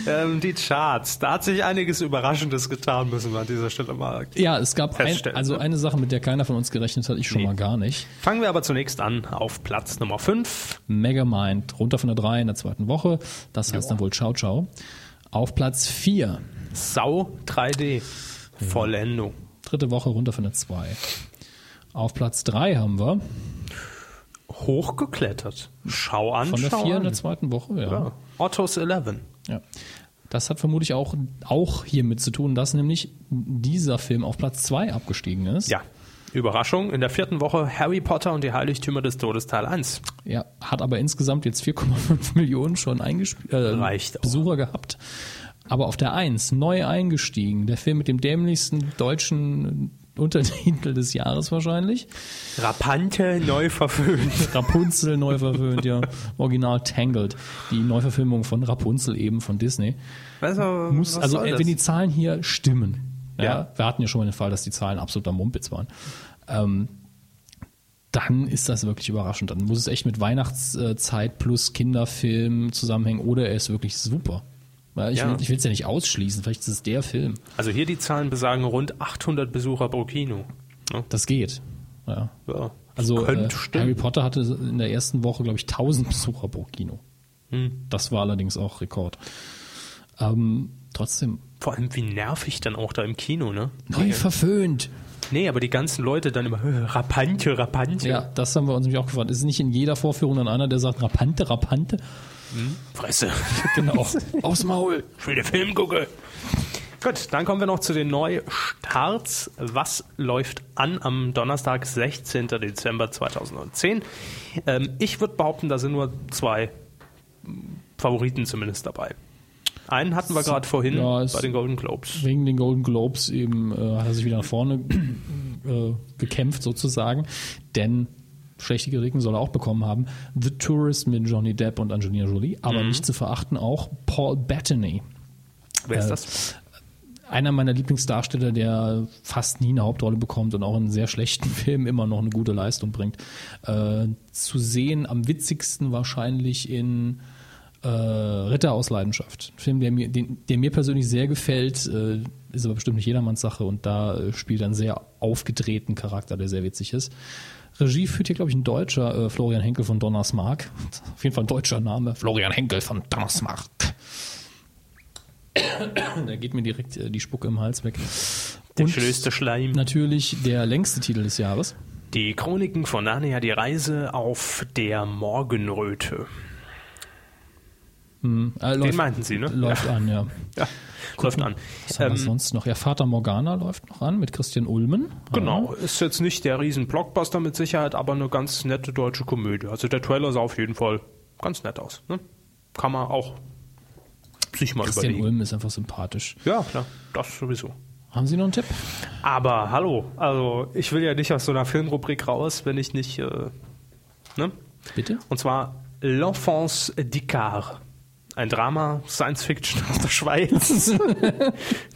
ähm, die Charts. Da hat sich einiges Überraschendes getan, müssen wir an dieser Stelle mal. Ja, es gab ein, Feststellen, also ne? eine Sache, mit der keiner von uns gerechnet hat, ich schon mal gar nicht. Fangen wir aber zunächst an auf Platz Nummer 5. Megamind runter von der 3 in der zweiten Woche. Das heißt dann wohl Ciao Ciao. Auf Platz 4, Sau 3D. Vollendung. dritte Woche runter von der 2. Auf Platz 3 haben wir Hochgeklettert. Schau an, von der schau 4 in der an. zweiten Woche, ja. Ja. Otto's 11. Ja. Das hat vermutlich auch, auch hiermit zu tun, dass nämlich dieser Film auf Platz 2 abgestiegen ist. Ja. Überraschung. In der vierten Woche Harry Potter und die Heiligtümer des Todes Teil 1. ja hat aber insgesamt jetzt 4,5 Millionen schon eingespielt, äh, Reicht auch. Besucher gehabt. Aber auf der 1 neu eingestiegen, der Film mit dem dämlichsten deutschen Untertitel des Jahres wahrscheinlich. Rapante neu verföhnt. Rapunzel neu verfilmt, ja. Original Tangled. Die Neuverfilmung von Rapunzel eben von Disney. Weißt du, Muss, was also soll äh, das? wenn die Zahlen hier stimmen, ja, Ja. wir hatten ja schon mal den Fall, dass die Zahlen absoluter Mumpitz waren, ähm, dann ist das wirklich überraschend. Dann muss es echt mit Weihnachtszeit plus Kinderfilm zusammenhängen oder er ist wirklich super. Weil Ich, Ja. will- ich will es ja nicht ausschließen, vielleicht ist es der Film. Also hier die Zahlen besagen rund 800 Besucher pro Kino. Ja. Das geht. Ja. Ja. Also äh, Könnte stimmen. Harry Potter hatte in der ersten Woche, glaube ich, 1000 Besucher pro Kino. Hm. Das war allerdings auch Rekord. Ähm, trotzdem, Vor allem, wie nervig dann auch da im Kino, ne? neu verföhnt. Nee, aber die ganzen Leute dann immer, "Äh, Rapante, Rapante. Ja, das haben wir uns nämlich auch gefragt. Ist nicht in jeder Vorführung dann einer, der sagt, Rapante, Rapante? Fresse. Genau. Aufs Maul. Ich will den Film gucken. Gut, dann kommen wir noch zu den Neustarts. Was läuft an am Donnerstag, 16. Dezember 2010? Ähm, ich würde behaupten, da sind nur zwei Favoriten zumindest dabei. Einen hatten wir gerade vorhin Ja, es- bei den Golden Globes. Wegen den Golden Globes eben äh, hat er sich wieder nach vorne äh, gekämpft sozusagen. Denn schlechte Kritiken soll er auch bekommen haben. The Tourist mit Johnny Depp und Angelina Jolie. Aber nicht zu verachten auch Paul Bettany. Wer äh, ist das? einer meiner Lieblingsdarsteller, der fast nie eine Hauptrolle bekommt und auch in sehr schlechten Filmen immer noch eine gute Leistung bringt. Äh, zu sehen am witzigsten wahrscheinlich in äh, Ritter aus Leidenschaft. Ein Film, der mir, den, der mir persönlich sehr gefällt, äh, ist aber bestimmt nicht jedermanns Sache und da äh, spielt er einen sehr aufgedrehten Charakter, der sehr witzig ist. Regie führt hier, glaube ich, ein Deutscher, äh, Florian Henkel von Donnersmarck. Auf jeden Fall ein deutscher Name. Florian Henkel von Donnersmarck. Da geht mir direkt äh, die Spucke im Hals weg. Der schlöste Schleim. Natürlich der längste Titel des Jahres. Die Chroniken von Narnia, die Reise auf der Morgenröte. Äh, Den meinten Sie, ne? Läuft an, ja. Ja, läuft an. Was haben wir Ähm, sonst noch? Ja, Vater Morgana läuft noch an mit Christian Ulmen. genau, Mhm. ist jetzt nicht der riesen Blockbuster mit Sicherheit, aber eine ganz nette deutsche Komödie. Also der Trailer sah auf jeden Fall ganz nett aus. Ne? Kann man auch sich mal Christian überlegen. Ulm ist einfach sympathisch. Ja, klar, das sowieso. Haben Sie noch einen Tipp? Aber hallo, also ich will ja nicht aus so einer Filmrubrik raus, wenn ich nicht, äh, ne? Bitte? Und zwar L'Enfance d'Icar. Ein Drama, Science Fiction aus der Schweiz.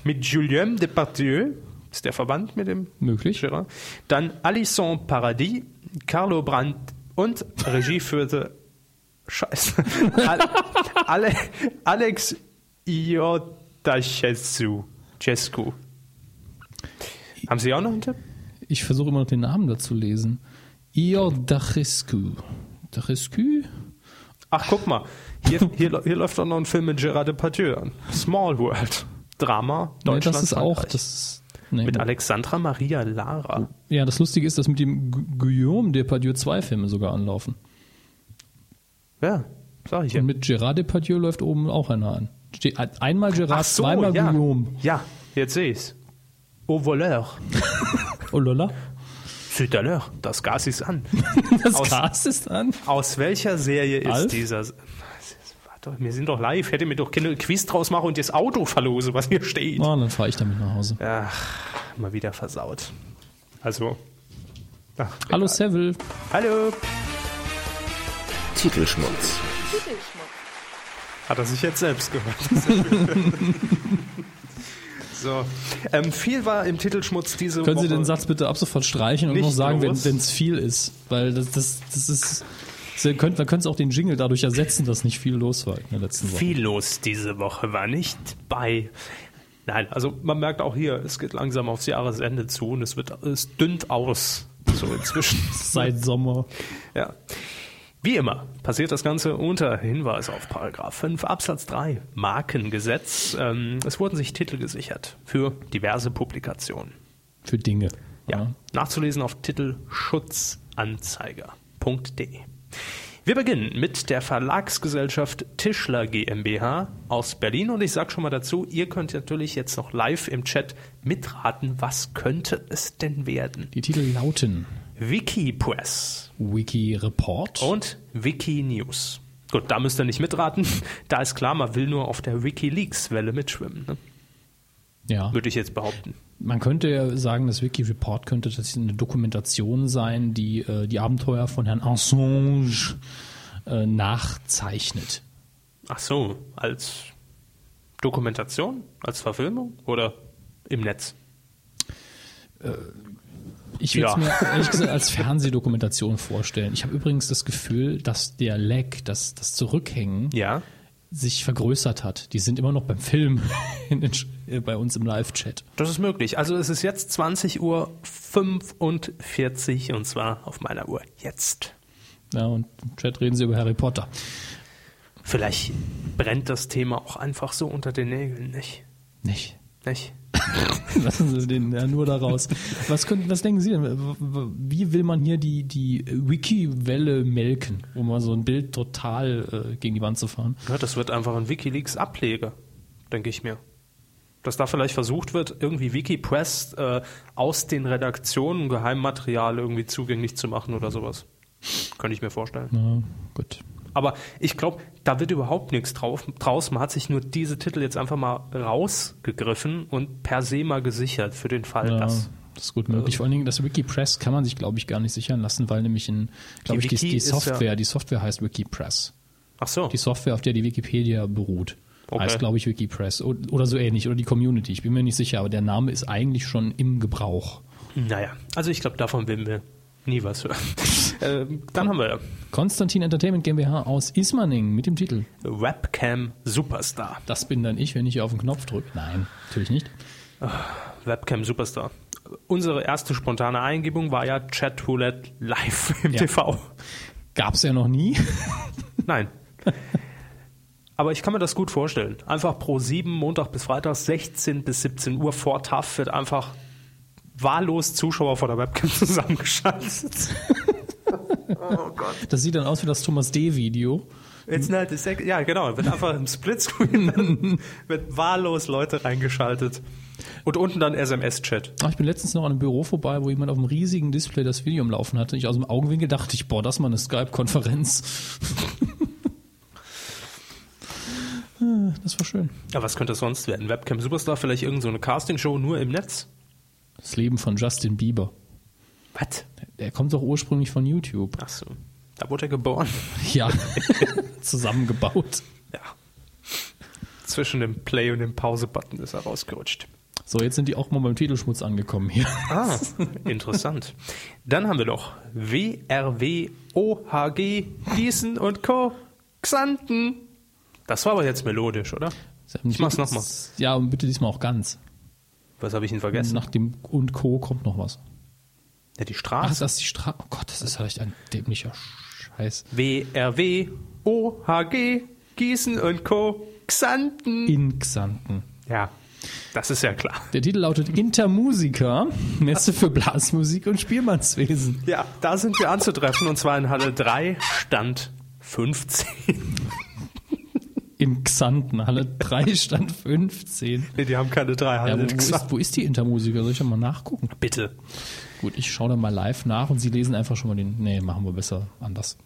mit Julien Depardieu, ist der verwandt mit dem Möglich. Gerard. Dann Alison Paradis, Carlo Brandt und Regie führte Scheiße. Al Ale Alex Iotachescu. Cescu. Haben Sie auch noch einen Tipp? Ich versuche immer noch den Namen dazu lesen. Iodachescu. Dachescu? Ach, guck mal. Hier, hier, hier läuft auch noch ein Film mit Gerard Depardieu an. Small World. Drama, Nee, Deutschland. das ist auch. Frankreich. Das ist, nee, mit Alexandra Maria Lara. ja, das Lustige ist, dass mit dem Gu- Guillaume Depardieu zwei Filme sogar anlaufen. Ja, sag ich ja. Und mit Gerard Depardieu läuft oben auch einer an. Steht einmal Gerard, zweimal ja. Guillaume. Ja, jetzt sehe ich's. Au voleur. Oh lala. C'est à l'heure. Das Gas ist an. Das Aus- Cast ist an. Aus welcher Serie ist Alf? dieser? Warte, wir sind doch live. Hätte mir doch keine Quiz draus machen und das Auto verlose, was hier steht. Oh, dann fahre ich damit nach Hause. Ach, mal wieder versaut. Also. Ach, Hallo Seville. hallo. Titelschmutz. Hat er sich jetzt selbst gehört. so. Ähm, viel war im Titelschmutz diese Können Woche. Sie den Satz bitte ab sofort streichen und Nicht nur sagen, wenn los. es viel ist? Weil das, das, das ist. Sie können, wir können es auch den Jingle dadurch ersetzen, dass nicht viel los war in der letzten Woche. viel los diese Woche war nicht bei. Nein, also man merkt auch hier, es geht langsam aufs Jahresende zu und es wird es dünnt aus. So inzwischen. Seit Sommer. Ja. Wie immer passiert das Ganze unter Hinweis auf Paragraph 5 Absatz 3 Markengesetz. Ähm, es wurden sich Titel gesichert für diverse Publikationen. Für Dinge. Ja. Nachzulesen auf titelschutzanzeiger.de. Wir beginnen mit der Verlagsgesellschaft Tischler GmbH aus Berlin und ich sage schon mal dazu, ihr könnt natürlich jetzt noch live im Chat mitraten, was könnte es denn werden? Die Titel lauten Wikipress Wiki Report. und Wikinews. Gut, da müsst ihr nicht mitraten. Da ist klar, man will nur auf der Wikileaks-Welle mitschwimmen, ne? ja. würde ich jetzt behaupten. Man könnte ja sagen, das Wiki Report könnte tatsächlich eine Dokumentation sein, die äh, die Abenteuer von Herrn Assange äh, nachzeichnet. Ach so, als Dokumentation, als Verfilmung oder im Netz? Ich würde es Ja. mir ehrlich gesagt als Fernsehdokumentation vorstellen. Ich habe übrigens das Gefühl, dass der Lag, das, das Zurückhängen, Ja. sich vergrößert hat. Die sind immer noch beim Film in den, Sch- äh, bei uns im Live-Chat. Das ist möglich. Also es ist jetzt 20.45 Uhr und zwar auf meiner Uhr jetzt. Ja, und im Chat reden sie über Harry Potter. Vielleicht brennt das Thema auch einfach so unter den Nägeln, nicht? Nicht. Nicht? Lassen Sie den ja, nur da raus. Was, können, was denken Sie denn? W- w- Wie will man hier die, die Wiki-Welle melken, um mal so ein Bild total äh, gegen die Wand zu fahren? Ja, das wird einfach ein WikiLeaks-Ableger, denke ich mir. Dass da vielleicht versucht wird, irgendwie WikiPress äh, aus den Redaktionen Geheimmaterial irgendwie zugänglich zu machen oder sowas. Könnte ich mir vorstellen. Ja, gut. Aber ich glaube, da wird überhaupt nichts drauf, draus. Man hat sich nur diese Titel jetzt einfach mal rausgegriffen und per se mal gesichert für den Fall, Ja, das dass ist Äh, gut möglich. Vor allen Dingen das WikiPress kann man sich, glaube ich, gar nicht sichern lassen, weil nämlich in, glaube ich, Die die, Wiki die ist Software, ja- die Software heißt WikiPress. Ach so. Die Software, auf der die Wikipedia beruht, Okay. heißt, glaube ich, WikiPress O- oder so ähnlich oder die Community. Ich bin mir nicht sicher, aber der Name ist eigentlich schon im Gebrauch. Naja, also ich glaube, davon werden wir nie was hören. ähm, dann haben wir Konstantin Entertainment GmbH aus Ismaning mit dem Titel Webcam Superstar. Das bin dann ich, wenn ich hier auf den Knopf drücke. Nein, natürlich nicht. Webcam Superstar. Unsere erste spontane Eingebung war ja Chat Roulette live im TV. Gab's ja noch nie. Nein. Aber ich kann mir das gut vorstellen. Einfach pro 7, Montag bis Freitag, 16 bis 17 Uhr vor TAF wird einfach wahllos Zuschauer vor der Webcam zusammengeschaltet. Das sieht dann aus wie das Thomas D-Video. It's not the sex ja, genau. Wird einfach im Splitscreen wird wahllos Leute reingeschaltet. Und unten dann SMS-Chat. Ah, Ich bin letztens noch an einem Büro vorbei, wo jemand auf einem riesigen Display das Video im Laufen hatte. Ich aus dem Augenwinkel dachte ich, boah, das ist mal eine Skype-Konferenz. Das war schön. Ja, was könnte es sonst werden? Webcam Superstar, vielleicht irgendeine so eine Castingshow nur im Netz? Das Leben von Justin Bieber. Was? Der kommt doch ursprünglich von YouTube. Ach so. Da wurde er geboren. Ja, zusammengebaut. Ja. Zwischen dem Play und dem Pause-Button ist er rausgerutscht. So, jetzt sind die auch mal beim Titelschmutz angekommen hier. Ah, interessant. Dann haben wir noch WRW, OHG, Gießen und Co. Xanten. Das war aber jetzt melodisch, oder? Sie haben Ich mach's wirklich- nochmal. Ja, und bitte diesmal auch ganz. Was habe ich denn vergessen? Nach dem und Co. kommt noch was. Ja, die Ach, Straße. das ist die Straße. Oh Gott, das ist vielleicht ein dämlicher Scheiß. WRW, OHG, Gießen und Co. Xanten. In Xanten. Ja, das ist ja klar. Der Titel lautet Intermusica, Messe für Blasmusik und Spielmannswesen. Ja, da sind wir anzutreffen und zwar in Halle 3, Stand 15. In Xanten, Halle 3, Stand 15. Nee, die haben keine 3 Ja, wo, wo, Halle. ist, wo ist die Intermusica? Soll ich da mal nachgucken? Bitte. Gut, ich schaue da mal live nach und Sie lesen einfach schon mal den. Nee, machen wir besser anders.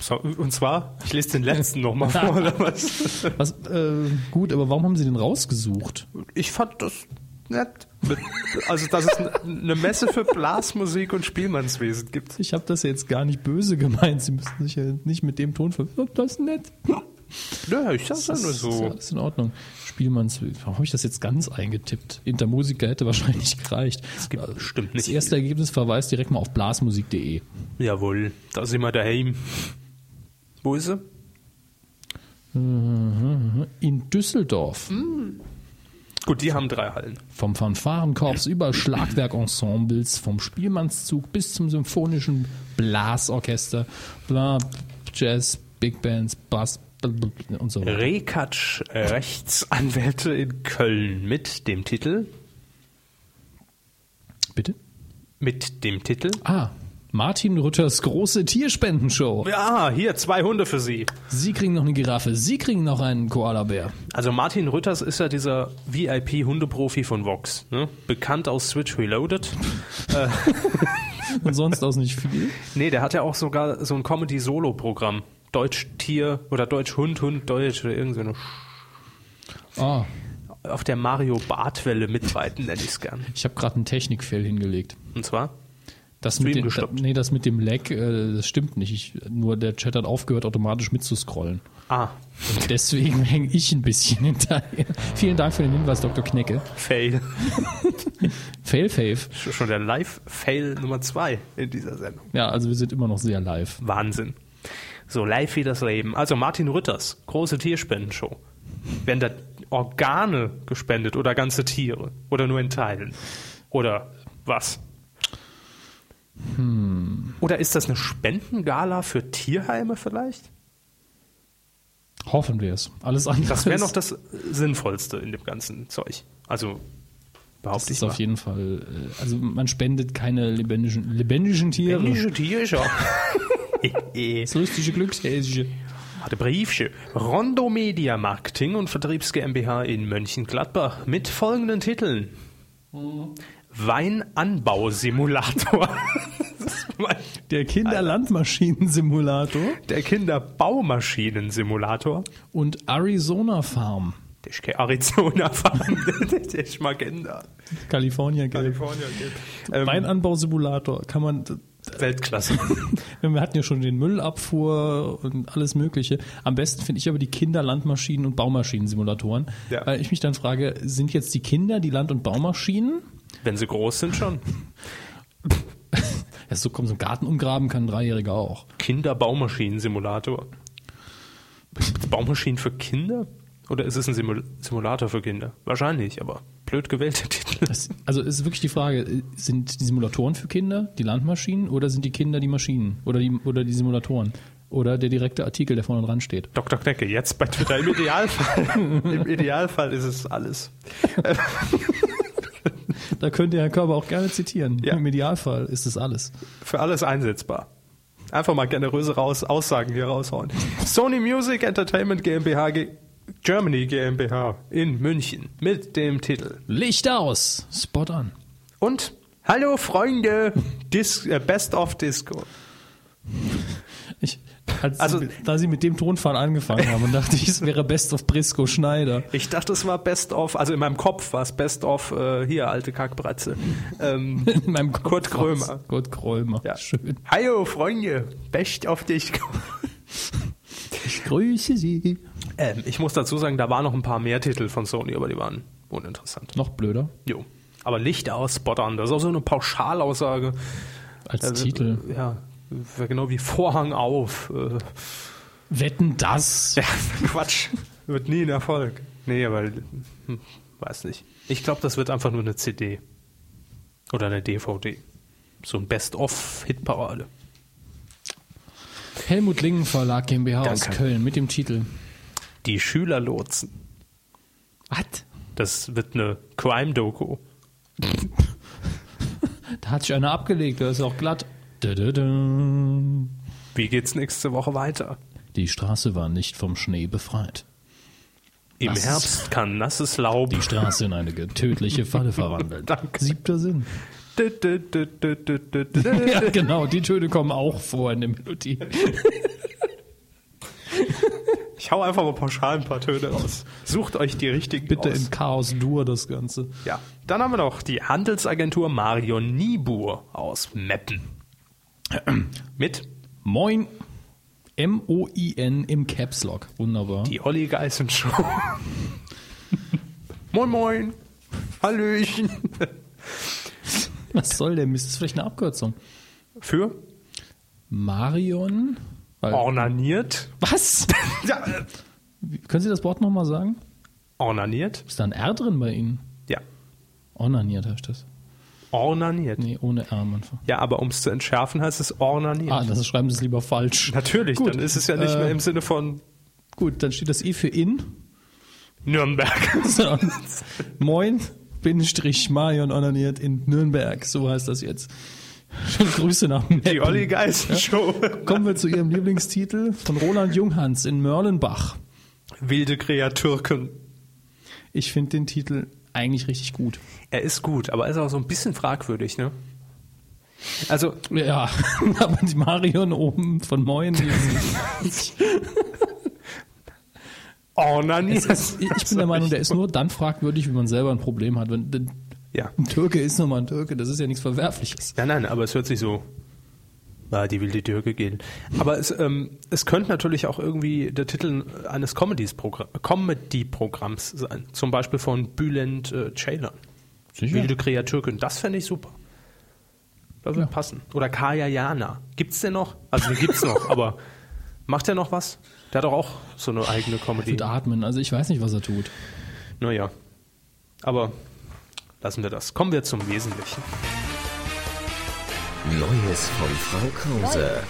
So, und zwar, ich lese den letzten nochmal vor, oder was? Was, äh, Ähm. gut, aber warum haben Sie den rausgesucht? Ich fand das nett. Also, dass es eine Messe für Blasmusik und Spielmannswesen gibt. Ich habe das jetzt gar nicht böse gemeint. Sie müssen sich ja nicht mit dem Ton ver. Das ist nett. Nö, ich sag's ja nur ist ja so. alles in Ordnung. Spielmanns. Warum habe ich das jetzt ganz eingetippt? Intermusiker hätte wahrscheinlich gereicht. Äh, Es gibt bestimmt Also, Das nicht. erste Ergebnis verweist direkt mal auf blasmusik.de. Jawohl, da sind wir daheim. Wo ist sie? In Düsseldorf. Gut, die haben drei Hallen. Vom Fanfarenkorps über Schlagwerkensembles, vom Spielmannszug bis zum symphonischen Blasorchester, bla, Jazz, Big Bands, Bass bla, bla, und so weiter. Rekatsch äh, Rechtsanwälte in Köln mit dem Titel. Bitte? Mit dem Titel. Ah, Martin Rütters große Tierspendenshow. Ja, hier zwei Hunde für Sie. Sie kriegen noch eine Giraffe, Sie kriegen noch einen Koalabär. Also Martin Rütters ist ja dieser VIP-Hundeprofi von Vox, ne? bekannt aus Switch Reloaded. Und sonst aus nicht viel. Nee, der hat ja auch sogar so ein Comedy-Solo-Programm. Deutsch Tier oder Deutsch Hund, Hund Deutsch oder irgend so eine Sch- Ah, auf der Mario Bartwelle mitreiten, nenn ich's gern. ich habe gerade einen Technikfehler hingelegt. Und zwar? Das du mit, eben dem, da, gestoppt? nee, das mit dem Lag, äh, das stimmt nicht. Ich, nur der Chat hat aufgehört, automatisch mitzuscrollen. Ah, Und deswegen hänge ich ein bisschen hinterher. Vielen Dank für den Hinweis, Dr. Knecke. Fail. Fail, Fave. Schon der Live-Fail Nummer zwei in dieser Sendung. Ja, also wir sind immer noch sehr live. Wahnsinn. So live wie das Leben. Also Martin Rütters, große Tierspendenshow. Werden da Organe gespendet oder ganze Tiere? Oder nur in Teilen? Oder was? Hm. Oder ist das eine Spendengala für Tierheime vielleicht? Hoffen wir es. Alles andere Das wäre ist- noch das Sinnvollste in dem ganzen Zeug. Also Das behaupte ich ist mal. auf jeden Fall. äh, Also man spendet keine lebendigen, lebendigen Tiere. Englische Tierchen. Eh, eh. Das lustige Glückshäsische. Warte, Briefchen. Rondo Media Marketing und Vertriebs GmbH in Mönchengladbach mit folgenden Titeln. Weinanbausimulator. Das ist mein- Der Kinderlandmaschinensimulator. Der Kinderbaumaschinen-Simulator. Und Arizona Farm. Der ist kein Arizona fahren. Der ist Magenta. California Gelb. Ähm, Weinanbausimulator. Kann man. Weltklasse. Wir hatten ja schon den Müllabfuhr und alles Mögliche. Am besten finde ich aber die Kinderlandmaschinen und Baumaschinen-Simulatoren. Ja. Weil ich mich dann frage, sind jetzt die Kinder die Land- und Baumaschinen? Wenn sie groß sind schon. Ja, so kommt so ein Garten umgraben kann ein Dreijähriger auch. Kinderbaumaschinen-Simulator. Gibt's Baumaschinen für Kinder? Oder ist es ein Simul Simulator für Kinder? Wahrscheinlich, aber blöd gewählte Titel. Das, also ist wirklich die Frage, sind die Simulatoren für Kinder die Landmaschinen oder sind die Kinder die Maschinen oder die, oder die Simulatoren? Oder der direkte Artikel, der vorne dran steht. Dr. Knecke, jetzt bei Twitter. Im Idealfall, im Idealfall ist es alles. Da könnte Herr Körber auch gerne zitieren. Ja. Im Idealfall ist es alles. Für alles einsetzbar. Einfach mal generöse raus, Aussagen hier raushauen. Sony Music Entertainment GmbH G Germany GmbH in München mit dem Titel. Licht aus! Spot on. Und Hallo Freunde, Dis äh, Best of Disco. Ich, Als Also- sie, da sie mit dem Tonfall angefangen haben, dachte ich, es wäre Best of Brisco Schneider. Ich dachte, es war Best of, also in meinem Kopf war es Best of äh, hier, alte Kackbratze. Ähm, In meinem Kopf Kurt war's. Krömer. Kurt Krömer. ja. Schön. Hallo, Freunde, Best of dich. Ich grüße Sie. ähm, ich muss dazu sagen, da waren noch ein paar mehr Titel von Sony, aber die waren uninteressant. Noch blöder Jo. Aber Licht aus, spot on. Das ist auch so eine Pauschalaussage. als Also, Titel. äh, Ja, wäre genau wie Vorhang auf. Äh, Wetten das? ja, Quatsch. Wird nie ein Erfolg. Nee, aber hm, weiß nicht. Ich glaube, das wird einfach nur eine CD. Oder eine DVD. So ein Best-of-Hitparade. Helmut Lingen Verlag GmbH aus Danke. Köln mit dem Titel. Die Schüler lotsen. Was? Das wird eine Crime-Doku. Da hat sich einer abgelegt, da ist auch glatt. Da, da, da. Wie geht's nächste Woche weiter? Die Straße war nicht vom Schnee befreit. Im Was? Herbst kann nasses Laub. Die Straße in eine tödliche Falle verwandelt. Danke. Siebter Sinn. Dü, dü, dü, dü, dü, dü, dü. Ja, genau, die Töne kommen auch vor in der Melodie. Ich hau einfach mal pauschal ein paar Töne raus. Sucht euch die richtigen Bitte aus. in Chaos-Dur das Ganze. Ja, dann haben wir noch die Handelsagentur Mario Niebuhr aus Meppen. Mit Moin. M-O-I-N im Caps Lock. Wunderbar. die Olli Geißen Show. moin, moin. Hallöchen. Was soll der Mist? Das ist vielleicht eine Abkürzung. Für Marion? Weil- Oh. ornaniert. Was? Ja, äh, Wie- Können Sie das Wort nochmal sagen? ornaniert? Ist da ein R drin bei Ihnen? Oh Ja, Ornaniert heißt das. ornaniert. Nee, ohne R am Anfang. Ja, aber um es zu entschärfen, heißt es ornaniert. Ah, das ist, schreiben Sie es lieber falsch. Natürlich, Gut. dann ist es ja nicht Äh, mehr im Sinne von Gut, dann steht das E für in. Nürnberg. So. Moin, Bindestrich Marion onaniert in Nürnberg. So heißt das jetzt. Schöne Grüße nach Die Olli Geißen Show. Kommen wir zu Ihrem Lieblingstitel von Roland Junghans in Mörlenbach. Wilde Kreatürken. Ich finde den Titel eigentlich richtig gut. Er ist gut, aber er ist auch so ein bisschen fragwürdig, ne? Also, Ja, aber die Marion oben von Moin. die- ornaniert. Ich ich bin der Meinung, der ist nur dann fragwürdig, wenn man selber ein Problem hat. Wenn, denn Ja. ein Türke ist nun mal ein Türke, das ist ja nichts Verwerfliches. Nein, nein, aber es hört sich so. Ah, die wilde Türke gehen. Aber es, ähm, es könnte natürlich auch irgendwie der Titel eines Comedies-Progra- Comedy-Programms sein. Zum Beispiel von Bülent äh, Ceylan. Wilde Kreatürken, das fände ich super. Das würde passen. Oder Kaya Jana. Gibt's den noch? Also den gibt's noch, aber macht der noch was? Der hat doch auch so eine eigene Comedy. Mit Atmen, also ich weiß nicht, was er tut. Naja. Aber lassen wir das. Kommen wir zum Wesentlichen. Neues von Frau Krause.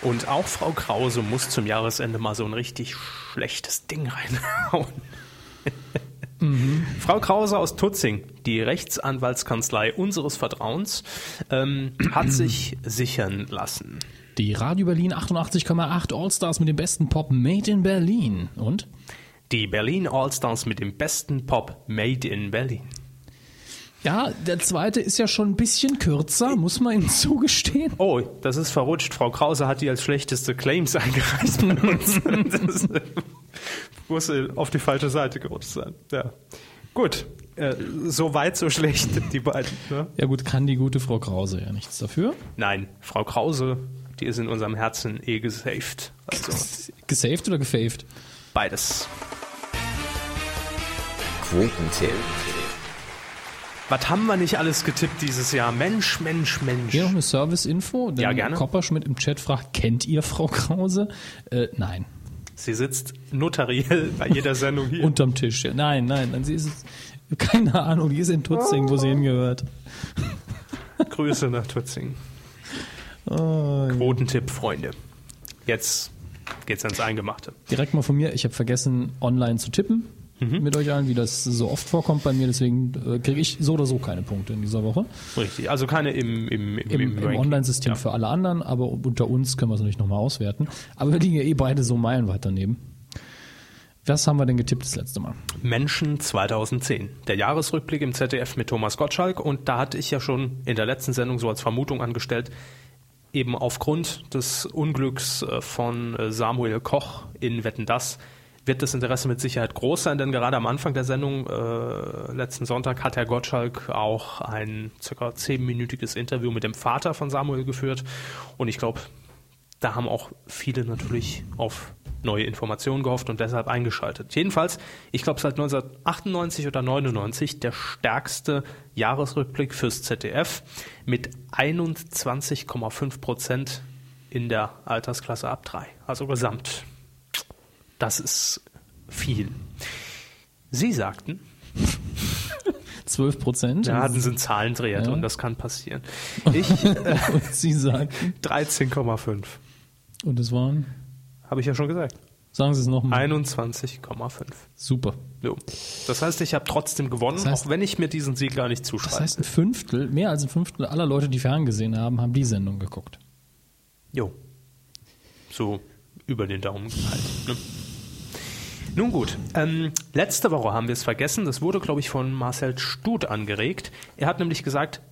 Und auch Frau Krause muss zum Jahresende mal so ein richtig schlechtes Ding reinhauen. Frau Krause aus Tutzing, die Rechtsanwaltskanzlei unseres Vertrauens, ähm, hat sich sichern lassen. Die Radio Berlin 88,8 Allstars mit dem besten Pop Made in Berlin. Und? Die Berlin Allstars mit dem besten Pop Made in Berlin. Ja, der zweite ist ja schon ein bisschen kürzer, muss man ihm zugestehen. Oh, das ist verrutscht. Frau Krause hat die als schlechteste Claims eingereicht bei uns. Das äh, muss äh, auf die falsche Seite gerutscht sein. Ja. Gut. Äh, so weit, so schlecht, die beiden. Ne? Ja gut, kann die gute Frau Krause ja nichts dafür. Nein, Frau Krause, die ist in unserem Herzen eh gesaved. Also Gesaved oder gefaved? beides. Quotentipp. Was haben wir nicht alles getippt dieses Jahr? Mensch, Mensch, Mensch. Hier noch eine Service-Info. denn Ja, gerne. Kopperschmidt im Chat fragt, kennt ihr Frau Krause? Äh, nein. Sie sitzt notariell bei jeder Sendung hier. Unterm Tisch. Ja, nein, nein, nein. Sie ist, keine Ahnung, die ist in Tutzing, Ah. wo sie hingehört. Grüße nach Tutzing. Oh, Quotentipp, Freunde. Jetzt geht's ans Eingemachte. Direkt mal von mir, ich habe vergessen, online zu tippen Mhm. mit euch allen, wie das so oft vorkommt bei mir. Deswegen äh, kriege ich so oder so keine Punkte in dieser Woche. Richtig. Also keine im, im, im, Im, im Ranking. Online-System für alle anderen, aber unter uns können wir es natürlich nochmal auswerten. Aber wir liegen ja eh beide so meilenweit daneben. Was haben wir denn getippt das letzte Mal? Menschen 2010. Der Jahresrückblick im ZDF mit Thomas Gottschalk. Und da hatte ich ja schon in der letzten Sendung so als Vermutung angestellt, eben aufgrund des Unglücks äh, von äh, Samuel Koch in Wetten das wird das Interesse mit Sicherheit groß sein, denn gerade am Anfang der Sendung äh, letzten Sonntag hat Herr Gottschalk auch ein circa zehnminütiges Interview mit dem Vater von Samuel geführt und ich glaube, da haben auch viele natürlich auf neue Informationen gehofft und deshalb eingeschaltet. Jedenfalls, ich glaube, seit 1998 oder 99 der stärkste Jahresrückblick fürs ZDF mit 21,5 Prozent in der Altersklasse ab 3, also gesamt. Das ist viel. Sie sagten, 12 Prozent. da hatten sie einen Zahlendreher Ja. und das kann passieren. Ich äh, Und sie sagten, 13,5. und es waren, Habe ich ja schon gesagt. sagen Sie es nochmal. 21,5. Super. So. Das heißt, ich habe trotzdem gewonnen, Das heißt- auch wenn ich mir diesen Sieg gar nicht zuschreibe. Das heißt, ein Fünftel, mehr als ein Fünftel aller Leute, die ferngesehen haben, haben die Sendung geguckt. jo. So über den Daumen gehalten. Ne? Nun gut, ähm, letzte Woche haben wir es vergessen. Das wurde, glaube ich, von Marcel Stut angeregt. Er hat nämlich gesagt,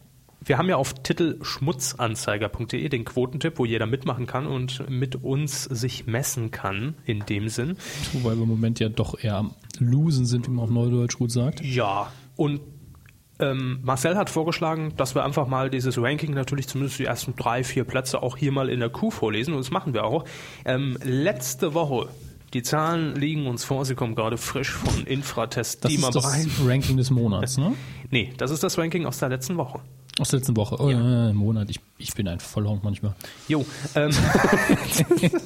wir haben ja auf Titel schmutzanzeiger.de den Quotentipp, wo jeder mitmachen kann und mit uns sich messen kann, in dem Sinn. Wobei wir im Moment ja doch eher am Losen sind, wie man auf Neudeutsch gut sagt. Ja, und ähm, Marcel hat vorgeschlagen, dass wir einfach mal dieses Ranking natürlich zumindest die ersten drei, vier Plätze auch hier mal in der Q vorlesen und das machen wir auch. Ähm, letzte Woche, die Zahlen liegen uns vor, sie kommen gerade frisch von Infratest Das Dima ist das Brein. Ranking des Monats, ne? Nee, das ist das Ranking aus der letzten Woche. Aus der letzten Woche. Oh, ja. äh, Monat. Ich, ich bin ein Vollhorn manchmal. Jo, ähm,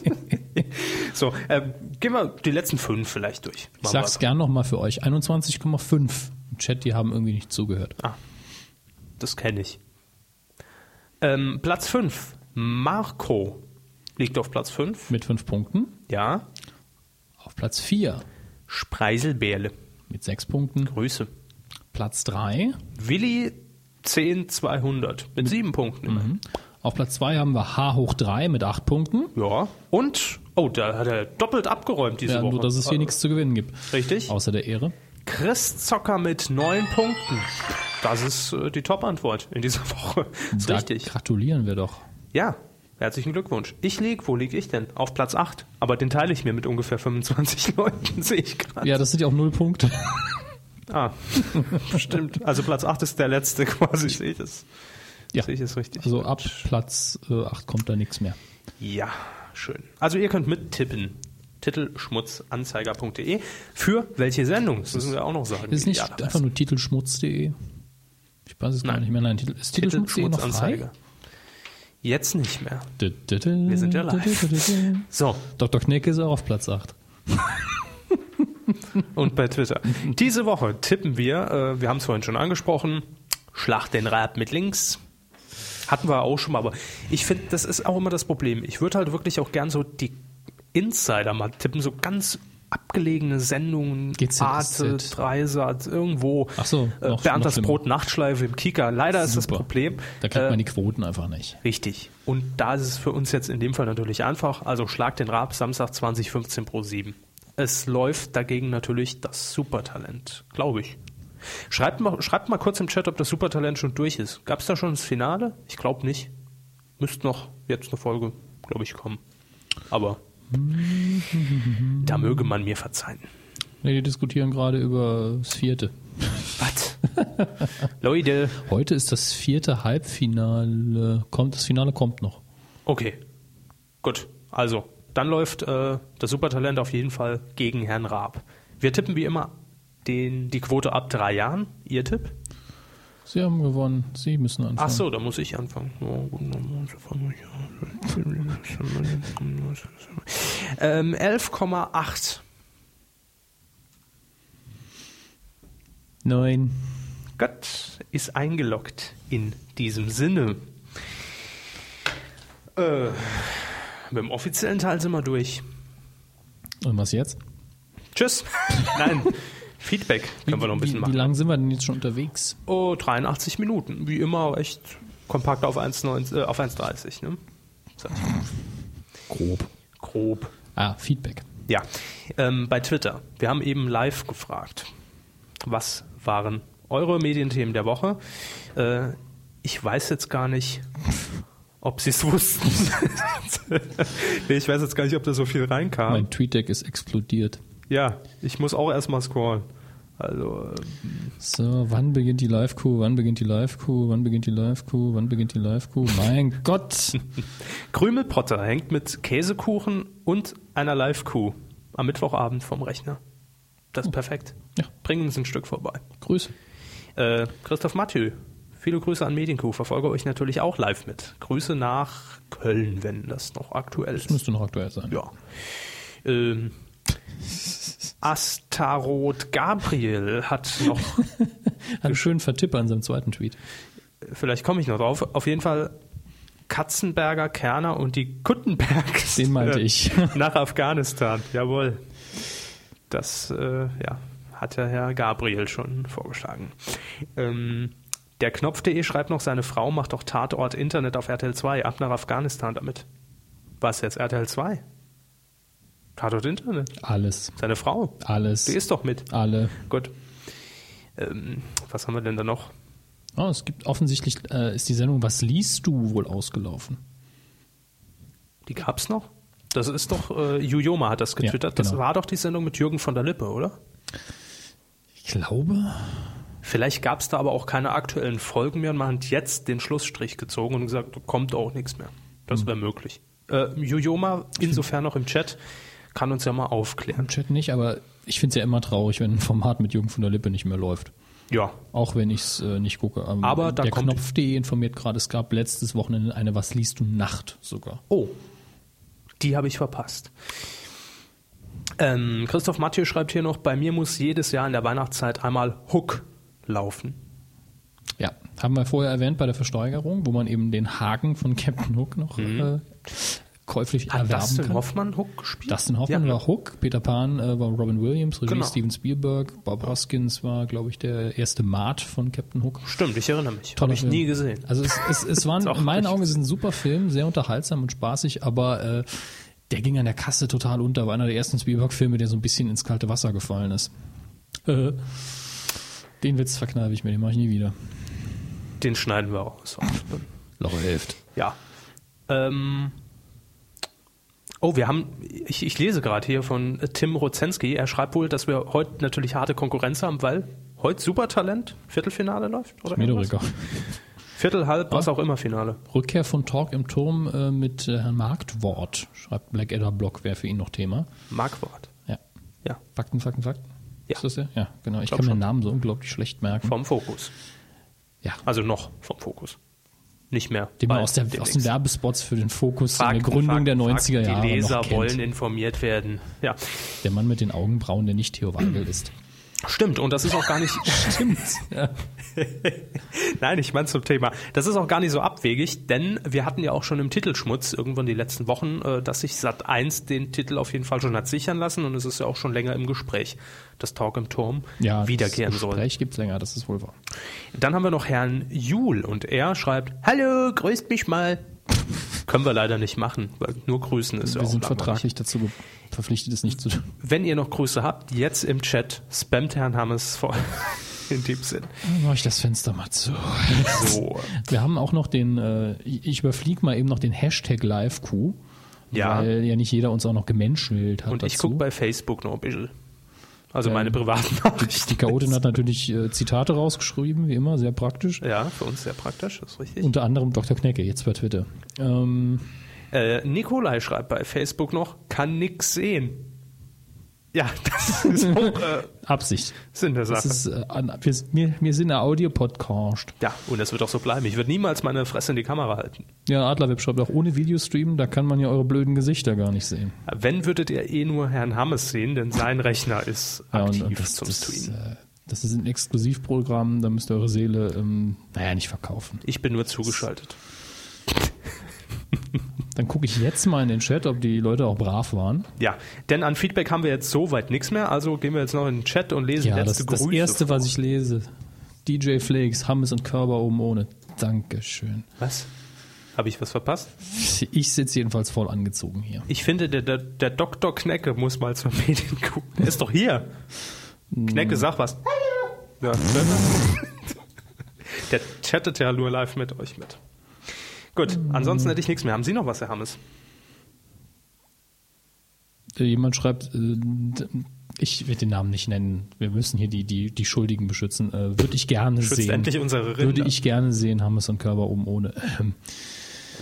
so, ähm, gehen wir die letzten fünf vielleicht durch. Ich sag's gern nochmal für euch. 21,5. Im Chat, die haben irgendwie nicht zugehört. Das kenne ich. Ähm, Platz 5. Marco liegt auf Platz 5. Mit fünf Punkten. Ja. Auf Platz 4 Spreiselbärle. mit sechs Punkten. Grüße. Platz 3. Willi 10200 mit sieben Punkten. Mhm. immerhin. Auf Platz 2 haben wir H hoch 3 mit acht Punkten. Ja. Und, oh, da hat er doppelt abgeräumt diese Ja, Woche. nur, dass es hier Äh, nichts zu gewinnen gibt. Richtig. Außer der Ehre. Chris Zocker mit neun Punkten. Das ist äh, die Top-Antwort in dieser Woche. Ist Da richtig. gratulieren wir doch. Ja, herzlichen Glückwunsch. Ich lieg, wo lieg ich denn? Auf Platz 8. Aber den teile ich mir mit ungefähr 25 Leuten, sehe ich gerade. Ja, das sind ja auch null Punkte. Ah, stimmt. Also Platz 8 ist der letzte quasi. Sehe ich das, Ja. sehe ich das richtig? Also ab Platz äh, 8 kommt da nichts mehr. Ja, schön. Also ihr könnt mittippen. Titelschmutzanzeiger.de. Für welche Sendung? Das müssen wir auch noch sagen. Ist es nicht Ja, einfach nur titelschmutz.de? Ich weiß es gar Nein. nicht mehr. Nein, Titel, ist titelschmutz.de noch frei? Titelschmutzanzeiger. Jetzt nicht mehr. Wir Wir sind ja live. So, Dr. Knick ist auch auf Platz 8. und bei Twitter. Diese Woche tippen wir, äh, wir haben es vorhin schon angesprochen, Schlag den Rap mit links. Hatten wir auch schon mal, aber ich finde, das ist auch immer das Problem. Ich würde halt wirklich auch gern so die Insider mal tippen, so ganz abgelegene Sendungen, GZSZ. Arte, Dreisat, irgendwo. Ach so, äh, noch- Bernd noch das schlimmer. Brot Nachtschleife im Kika. Leider ist das Super. Problem. Da kriegt äh, man die Quoten einfach nicht. Richtig. Und da ist es für uns jetzt in dem Fall natürlich einfach. Also schlag den Rab Samstag 2015 pro 7. Es läuft dagegen natürlich das Supertalent, glaube ich. Schreibt mal, schreibt mal kurz im Chat, ob das Supertalent schon durch ist. Gab es da schon das Finale? Ich glaube nicht. Müsste noch jetzt eine Folge, glaube ich, kommen. Aber da möge man mir verzeihen. Nee, die diskutieren gerade über das vierte. Was? Leute. Heute ist das vierte Halbfinale. Kommt, das Finale kommt noch. Okay. Gut. Also, dann läuft äh, das Supertalent auf jeden Fall gegen Herrn Raab. Wir tippen wie immer den, die Quote ab drei Jahren. Ihr Tipp? Sie haben gewonnen. Sie müssen anfangen. Ach so, da muss ich anfangen. Oh, gut, dann muss ich anfangen. Ja. Ähm, 11,8. Nein. Gott ist eingeloggt in diesem Sinne. Äh, mit dem offiziellen Teil sind wir durch. Und was jetzt? Tschüss. Nein. Feedback können wir noch ein bisschen wie, machen. wie lang sind wir denn jetzt schon unterwegs? Oh, 83 Minuten. Wie immer echt kompakt auf 1,9, äh, auf 1,30. Ne? Sag ich mal. Grob. Grob. Ah, Feedback. Ja. Ähm, bei Twitter. Wir haben eben live gefragt. Was waren eure Medienthemen der Woche? Äh, ich weiß jetzt gar nicht, ob sie es wussten. nee, ich weiß jetzt gar nicht, ob da so viel reinkam. Mein Tweet-Deck ist explodiert. Ja, ich muss auch erstmal scrollen. Also, äh, So, wann beginnt die Live-Coup? Wann beginnt die Live-Coup? Wann beginnt die Live-Coup? Wann beginnt die Live-Coup? Mein Gott! Krümelpotter hängt mit Käsekuchen und einer Live-Kuh am Mittwochabend vom Rechner. Das ist perfekt. Ja. Bring uns ein Stück vorbei. Grüße. Äh, Christoph Mathieu, viele Grüße an Medienkuh. Verfolge euch natürlich auch live mit. Grüße nach Köln, wenn das noch aktuell ist. Müsste noch aktuell sein. Ja. Ähm, Astaroth Gabriel hat noch, Hat einen schönen Vertipper in seinem zweiten Tweet. vielleicht komme ich noch drauf, auf jeden Fall Katzenberger, Kerner und die Kuttenbergs. Den meinte ich. Nach Afghanistan, jawohl. Das äh, ja, hat ja Herr Gabriel schon vorgeschlagen. Ähm, der Knopf.de schreibt noch, seine Frau macht doch Tatort Internet auf RTL 2, ab nach Afghanistan damit. Was jetzt, RTL 2? Tatort Internet? Alles. Seine Frau. Alles. Die ist doch mit. Alle. Gut. Ähm, was haben wir denn da noch? Oh, es gibt offensichtlich, äh, ist die Sendung Was liest du wohl ausgelaufen? Die gab's noch? Das ist doch, äh, Jujoma hat das getwittert. Das genau. war doch die Sendung mit Jürgen von der Lippe, oder? Ich glaube. Vielleicht gab's da aber auch keine aktuellen Folgen mehr und man hat jetzt den Schlussstrich gezogen und gesagt, kommt auch nichts mehr. Hm. Das wäre möglich. Äh, Jujoma, insofern noch im Chat, kann uns ja mal aufklären. Im Chat nicht, aber ich finde es ja immer traurig, wenn ein Format mit Jürgen von der Lippe nicht mehr läuft. Ja, Auch wenn ich es äh, nicht gucke. Ähm, Aber da der kommt- Knopf.de informiert gerade, es gab letztes Wochenende eine Was liest du Nacht sogar. Oh, die habe ich verpasst. Ähm, Christoph Mathieu schreibt hier noch, bei mir muss jedes Jahr in der Weihnachtszeit einmal Hook laufen. Ja, haben wir vorher erwähnt bei der Versteigerung, wo man eben den Haken von Captain Hook noch äh, käuflich Mhm. Hat erwerben Dustin kann. Hoffmann Hook gespielt? Dustin Hoffmann ja. war Hook, Peter Pan äh, war Robin Williams, Regie Genau. Steven Spielberg, Bob Hoskins war, glaube ich, der erste Mart von Captain Hook. Stimmt, ich erinnere mich. Toller Habe ich Film. nie gesehen. Also es, es, es war ein, Ist auch in meinen richtig. Augen ist es ein super Film, sehr unterhaltsam und spaßig, aber äh, der ging an der Kasse total unter. War einer der ersten Spielberg-Filme, der so ein bisschen ins kalte Wasser gefallen ist. Äh, Den Witz verkneife ich mir, den mache ich nie wieder. Den schneiden wir raus. Läuft. Ja. Ähm. Oh, wir haben, ich, ich lese gerade hier von äh, Tim Rozenski, er schreibt wohl, dass wir heute natürlich harte Konkurrenz haben, weil heute Supertalent Viertelfinale läuft, oder? Mir doch irgendwas? egal. Viertel, halb, was auch immer Finale. Rückkehr von Talk im Turm äh, mit äh, Herrn Marktwort, schreibt Blackadder Block, wäre für ihn noch Thema. Markwort. Ja. Ja, Fakten, Fakten, Fakten. Ja. Ist das der? Ja, genau. Ich Glaub kann mir schon. den Namen so unglaublich schlecht merken. vom Fokus. ja. Also noch vom Fokus. Nicht mehr. den man Weil aus, der, aus den demnächst. Werbespots für den Fokus in Fakten, der Gründung Fakten, der Fakten. 90er Jahre Die Leser noch kennt. wollen informiert werden. Ja, Der Mann mit den Augenbrauen, der nicht Theo Weigel ist. stimmt. Und das ist auch gar nicht. Stimmt. Ja. Nein, ich meine zum Thema. Das ist auch gar nicht so abwegig, denn wir hatten ja auch schon im Titelschmutz irgendwann die letzten Wochen, äh, dass sich Sat 1 den Titel auf jeden Fall schon hat sichern lassen und es ist ja auch schon länger im Gespräch, dass Talk im Turm ja wiederkehren das soll. Gespräch gibt's länger, das ist wohl wahr. Dann haben wir noch Herrn Juhl und er schreibt: Hallo, grüßt mich mal. Können wir leider nicht machen, weil nur grüßen ist ja Wir auch sind langweilig. vertraglich dazu ge- verpflichtet, es nicht zu tun. Wenn ihr noch Grüße habt, jetzt im Chat spammt Herrn Hammes voll. In dem Sinn. Dann mach ich das Fenster mal zu. So. Wir haben auch noch den, äh, ich überfliege mal eben noch den Hashtag LiveQ, Ja. weil ja nicht jeder uns auch noch gemenschelt hat Und ich dazu. gucke bei Facebook noch ein bisschen. Also Ähm, meine privaten Die Nachrichten. Chaotin hat natürlich äh, Zitate rausgeschrieben, wie immer, sehr praktisch. Ja, für uns sehr praktisch, ist richtig. Unter anderem Dr. Knecke, jetzt bei Twitter. Ähm, Äh, Nikolai schreibt bei Facebook noch, kann nix sehen. Ja, das ist auch äh, Absicht. Sinn der Das Sache. ist, äh, an, wir, wir, wir sind ein Audio-Podcast. Ja, und das wird auch so bleiben. Ich würde niemals meine Fresse in die Kamera halten. Ja, Adlerweb schreibt auch, ohne Videostream, da kann man ja eure blöden Gesichter gar nicht sehen. Wenn, würdet ihr eh nur Herrn Hammes sehen, denn sein Rechner ist Ja, aktiv das, zum das, Streamen. äh, das ist ein Exklusivprogramm, da müsst ihr eure Seele, ähm, naja, nicht verkaufen. Ich bin nur zugeschaltet. Dann gucke ich jetzt mal in den Chat, ob die Leute auch brav waren. Ja, denn an Feedback haben wir jetzt soweit nichts mehr, also gehen wir jetzt noch in den Chat und lesen Ja, das, letzte das Grüße. Erste, was ich lese, DJ Flakes, Hammes und Körber oben ohne. Dankeschön. Was? Habe ich was verpasst? Ich sitze jedenfalls voll angezogen hier. Ich finde, der, der, der Dr. Knecke muss mal zur Medien gucken. Der ist doch hier. Knecke, sag was. Ja, ne? der chattet ja nur live mit euch mit. Gut, ansonsten hätte ich nichts mehr. Haben Sie noch was, Herr Hammes? Äh, Jemand schreibt, äh, d- ich will den Namen nicht nennen. Wir müssen hier die, die, die Schuldigen beschützen. Äh, Würde ich gerne Schützt sehen. endlich unsere Rinder. Würde ich gerne sehen, Hammes und Körper oben ohne. Ähm,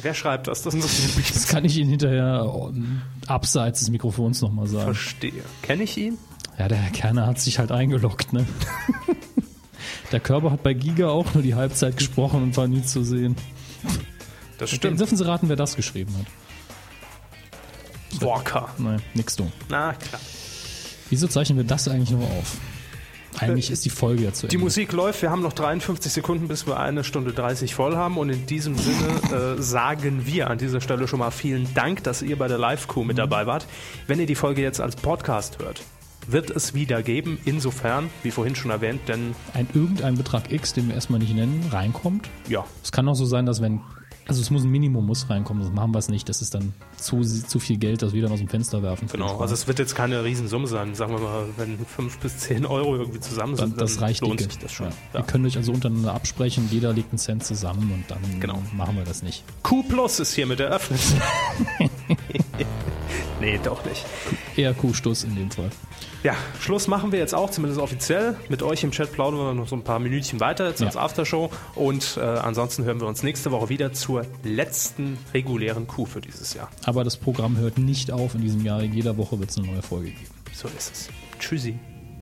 Wer schreibt das? Das interessiert mich. Das kann ich Ihnen hinterher äh, abseits des Mikrofons nochmal sagen. Verstehe. Kenne ich ihn? Ja, der Herr Kerner hat sich halt eingeloggt, ne? Der Körper hat bei Giga auch nur die Halbzeit gesprochen und war nie zu sehen. Das Stimmt. stimmt. Dürfen Sie raten, wer das geschrieben hat? Walker. Nein, nix dumm. Na klar. Wieso zeichnen wir das eigentlich nur auf? Eigentlich Äh, ist die Folge ja zu Ende. Die Musik läuft. Wir haben noch 53 Sekunden, bis wir eine Stunde 30 voll haben. Und in diesem Sinne äh, sagen wir an dieser Stelle schon mal vielen Dank, dass ihr bei der Live-Crew mit dabei wart. Wenn ihr die Folge jetzt als Podcast hört, wird es wieder geben. Insofern, wie vorhin schon erwähnt, denn Ein irgendein Betrag X, den wir erstmal nicht nennen, reinkommt. ja, Es kann auch so sein, dass wenn. Also es muss ein Minimum muss reinkommen, sonst machen wir es nicht. Das ist dann zu, zu viel Geld, das wir dann aus dem Fenster werfen. genau. Also es wird jetzt keine Riesensumme sein. Sagen wir mal, wenn 5 bis 10 Euro irgendwie zusammen das, sind, das reicht also lohnt dicke. sich das schon. Ja. Ja. Ihr könnt euch also untereinander absprechen, jeder legt einen Cent zusammen und dann Genau. machen wir das nicht. Q Plus ist hiermit eröffnet. nee, doch nicht. Eher Kuhstoß in dem Fall. Ja, Schluss machen wir jetzt auch, zumindest offiziell. Mit euch im Chat plaudern wir noch so ein paar Minütchen weiter jetzt als Ja. Aftershow. Und äh, ansonsten hören wir uns nächste Woche wieder zur letzten regulären Q für dieses Jahr. Aber das Programm hört nicht auf in diesem Jahr. In jeder Woche wird es eine neue Folge geben. So ist es. Tschüssi.